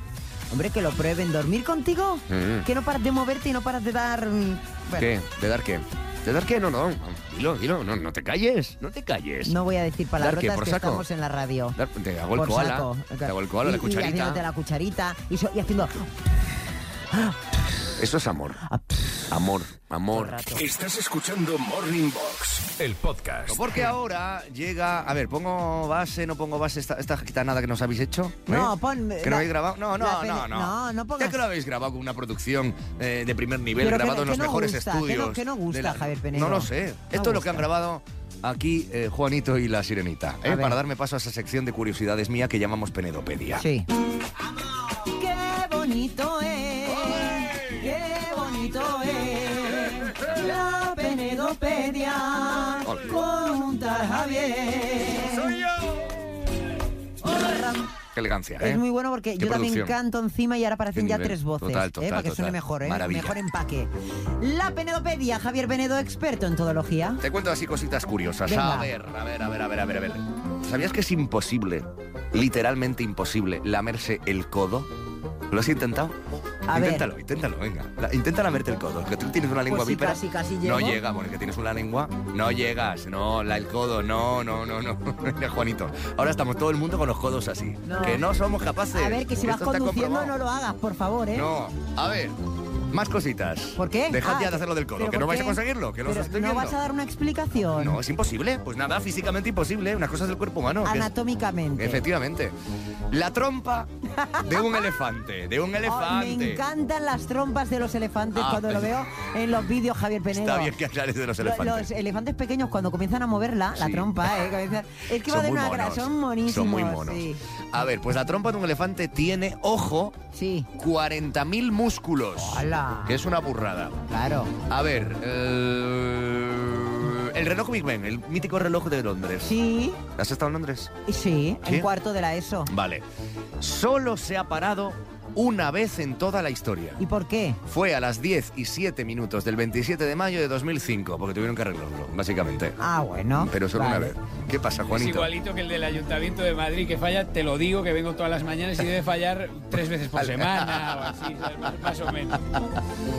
[SPEAKER 4] Hombre, que lo prueben. ¿Dormir contigo?
[SPEAKER 2] Mm.
[SPEAKER 4] Que no paras de moverte y no paras de dar... mm, bueno,
[SPEAKER 2] ¿Qué? ¿De dar qué? ¿De dar qué? No, no. Dilo, dilo. No, no te calles. No te calles.
[SPEAKER 4] No voy a decir palabrotas
[SPEAKER 2] qué? ¿Por
[SPEAKER 4] que
[SPEAKER 2] saco?
[SPEAKER 4] estamos en la radio.
[SPEAKER 2] Dar- te hago el
[SPEAKER 4] Por
[SPEAKER 2] koala.
[SPEAKER 4] saco.
[SPEAKER 2] Te hago el koala,
[SPEAKER 4] y,
[SPEAKER 2] la
[SPEAKER 4] y haciéndote
[SPEAKER 2] cucharita.
[SPEAKER 4] la cucharita y, so- y haciendo...
[SPEAKER 2] Eso es amor.
[SPEAKER 4] Ah,
[SPEAKER 2] Amor, amor.
[SPEAKER 1] Estás escuchando Morning Box, el podcast.
[SPEAKER 2] Pues Porque ahora llega. A ver, pongo base, no pongo base. Esta, esta gitanada que nos habéis hecho. ¿eh?
[SPEAKER 4] No, pon...
[SPEAKER 2] ¿Que no
[SPEAKER 4] la-
[SPEAKER 2] habéis grabado? No,
[SPEAKER 4] la
[SPEAKER 2] no,
[SPEAKER 4] peli-
[SPEAKER 2] no, no.
[SPEAKER 4] No, no pongas...
[SPEAKER 2] Ya que lo habéis grabado con una producción eh, de primer nivel,
[SPEAKER 4] Pero que-
[SPEAKER 2] grabado en
[SPEAKER 4] que
[SPEAKER 2] los
[SPEAKER 4] no
[SPEAKER 2] mejores
[SPEAKER 4] gusta, que no-
[SPEAKER 2] estudios.
[SPEAKER 4] que no
[SPEAKER 2] de
[SPEAKER 4] gusta, Javier Penedo.
[SPEAKER 2] No lo sé.
[SPEAKER 4] No
[SPEAKER 2] Esto es lo que han grabado aquí eh, Juanito y la Sirenita. ¿eh?
[SPEAKER 4] A ver.
[SPEAKER 2] Para darme paso a esa sección de curiosidades mía que llamamos Penedopedia.
[SPEAKER 4] Sí. ¡Qué bonito es! ¡Qué bonito es!
[SPEAKER 3] la penedopedia con un tal Javier. ¡Soy
[SPEAKER 2] Qué elegancia, ¿eh?
[SPEAKER 4] Es muy bueno porque
[SPEAKER 2] Qué
[SPEAKER 4] yo también
[SPEAKER 2] producción.
[SPEAKER 4] canto encima y ahora aparecen
[SPEAKER 2] Qué
[SPEAKER 4] ya
[SPEAKER 2] nivel.
[SPEAKER 4] tres voces.
[SPEAKER 2] Total,
[SPEAKER 4] ¿eh?
[SPEAKER 2] total,
[SPEAKER 4] Para que
[SPEAKER 2] total.
[SPEAKER 4] suene mejor, ¿eh?
[SPEAKER 2] Maravilla.
[SPEAKER 4] Mejor empaque. La penedopedia, Javier Benedo, experto en todología.
[SPEAKER 2] Te cuento así cositas curiosas.
[SPEAKER 4] Venga.
[SPEAKER 2] A ver, a ver, a ver, a ver, a ver, a ver. ¿Sabías que es imposible, literalmente imposible, lamerse el codo? ¿Lo has intentado?
[SPEAKER 4] A ver.
[SPEAKER 2] inténtalo, inténtalo, venga. La- intenta lamerte el codo, que tú tienes una lengua
[SPEAKER 4] Pues sí,
[SPEAKER 2] bípeda.
[SPEAKER 4] casi, casi
[SPEAKER 2] no
[SPEAKER 4] llego.
[SPEAKER 2] llega, bueno, que tienes una lengua, no llegas, no, la, el codo, no, no, no, no. Mira, Juanito, ahora estamos todo el mundo con los codos así.
[SPEAKER 4] No.
[SPEAKER 2] Que no somos capaces.
[SPEAKER 4] A ver, que si vas
[SPEAKER 2] Esto está
[SPEAKER 4] conduciendo
[SPEAKER 2] comprobado.
[SPEAKER 4] no lo hagas, por favor, ¿eh?
[SPEAKER 2] No, a ver, más cositas.
[SPEAKER 4] ¿Por qué?
[SPEAKER 2] Dejad
[SPEAKER 4] Ah,
[SPEAKER 2] ya de hacerlo del codo,
[SPEAKER 4] ¿pero
[SPEAKER 2] que no
[SPEAKER 4] por
[SPEAKER 2] vais a
[SPEAKER 4] qué?
[SPEAKER 2] conseguirlo, que los
[SPEAKER 4] Pero
[SPEAKER 2] estoy
[SPEAKER 4] ¿No
[SPEAKER 2] viendo.
[SPEAKER 4] vas a dar una explicación?
[SPEAKER 2] No, es imposible. Pues nada, físicamente imposible. Una cosa es del cuerpo humano. que es-
[SPEAKER 4] Anatómicamente.
[SPEAKER 2] Efectivamente. La trompa de un elefante. De un
[SPEAKER 4] Oh,
[SPEAKER 2] elefante.
[SPEAKER 4] me encantan las trompas de los elefantes
[SPEAKER 2] Ah.
[SPEAKER 4] cuando lo veo en los vídeos, Javier Penedo.
[SPEAKER 2] Está bien que aclares de los elefantes.
[SPEAKER 4] Los elefantes pequeños cuando comienzan a moverla, la
[SPEAKER 2] Sí.
[SPEAKER 4] trompa, ¿eh? comienzan- Es que va
[SPEAKER 2] Son
[SPEAKER 4] de
[SPEAKER 2] muy
[SPEAKER 4] una gra-
[SPEAKER 2] monos.
[SPEAKER 4] son monísimos.
[SPEAKER 2] Son muy monos.
[SPEAKER 4] sí.
[SPEAKER 2] A ver, pues la trompa de un elefante tiene, ojo, 40.000 músculos.
[SPEAKER 4] ¡Hala!
[SPEAKER 2] Que es una burrada.
[SPEAKER 4] Claro.
[SPEAKER 2] A ver, eh, el reloj Big Ben, el mítico reloj de Londres.
[SPEAKER 4] Sí.
[SPEAKER 2] ¿Has estado en Londres?
[SPEAKER 4] Y Sí,
[SPEAKER 2] ¿Sí?
[SPEAKER 4] en cuarto de la ESO.
[SPEAKER 2] Vale. Solo se ha parado una vez en toda la historia.
[SPEAKER 4] ¿Y por qué?
[SPEAKER 2] Fue a las 10 y 7 minutos del 27 de mayo de 2005, porque tuvieron que arreglarlo, básicamente.
[SPEAKER 4] Ah, bueno.
[SPEAKER 2] Pero solo
[SPEAKER 5] Vale.
[SPEAKER 2] una vez. ¿Qué pasa,
[SPEAKER 5] Es
[SPEAKER 2] Juanito?
[SPEAKER 5] igualito que el del Ayuntamiento de Madrid que falla, te lo digo, que vengo todas las mañanas y debe fallar tres veces por semana o así, ¿sabes? más, más o menos.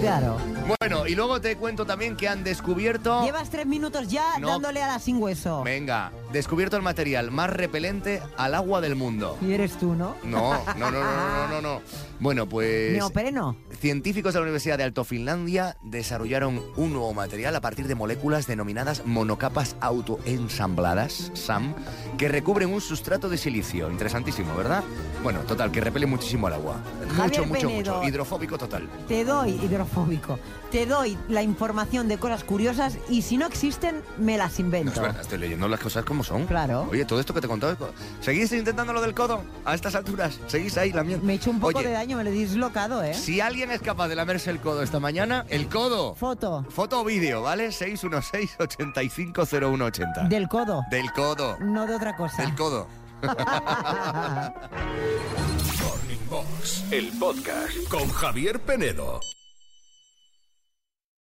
[SPEAKER 4] Claro.
[SPEAKER 2] Bueno, y luego te cuento también que han descubierto...
[SPEAKER 4] Llevas tres minutos ya
[SPEAKER 2] No.
[SPEAKER 4] dándole a la sin hueso.
[SPEAKER 2] Venga, descubierto el material más repelente al agua del mundo.
[SPEAKER 4] Y eres tú, ¿no?
[SPEAKER 2] No, no, no, no, no, no, no, no. Bueno, pues...
[SPEAKER 4] Neopreno.
[SPEAKER 2] Científicos de la Universidad de Alto Finlandia desarrollaron un nuevo material a partir de moléculas denominadas monocapas autoensambladas, SAM, que recubren un sustrato de silicio. Interesantísimo, ¿verdad? Bueno, total, que repele muchísimo al agua. Mucho,
[SPEAKER 4] Javier
[SPEAKER 2] mucho,
[SPEAKER 4] Penedo.
[SPEAKER 2] mucho. Hidrofóbico total.
[SPEAKER 4] Te doy, hidrofóbico, te doy la información de cosas curiosas y si no existen, me las
[SPEAKER 2] No es
[SPEAKER 4] invento.
[SPEAKER 2] verdad, estoy leyendo las cosas como son.
[SPEAKER 4] Claro.
[SPEAKER 2] Oye, todo esto que te he contado. es co- ¿Seguís intentando lo del codo a estas alturas? ¿Seguís ahí lamiendo?
[SPEAKER 4] Me he hecho un poco
[SPEAKER 2] Oye,
[SPEAKER 4] de daño, me lo he dislocado, ¿eh?
[SPEAKER 2] Si alguien es capaz de lamerse el codo esta mañana, el codo.
[SPEAKER 4] Foto.
[SPEAKER 2] Foto o vídeo, ¿vale? 616-850180.
[SPEAKER 4] Del codo,
[SPEAKER 2] Del codo.
[SPEAKER 4] no de otra cosa.
[SPEAKER 2] Del codo.
[SPEAKER 1] Morning Box, el podcast con Javier Penedo.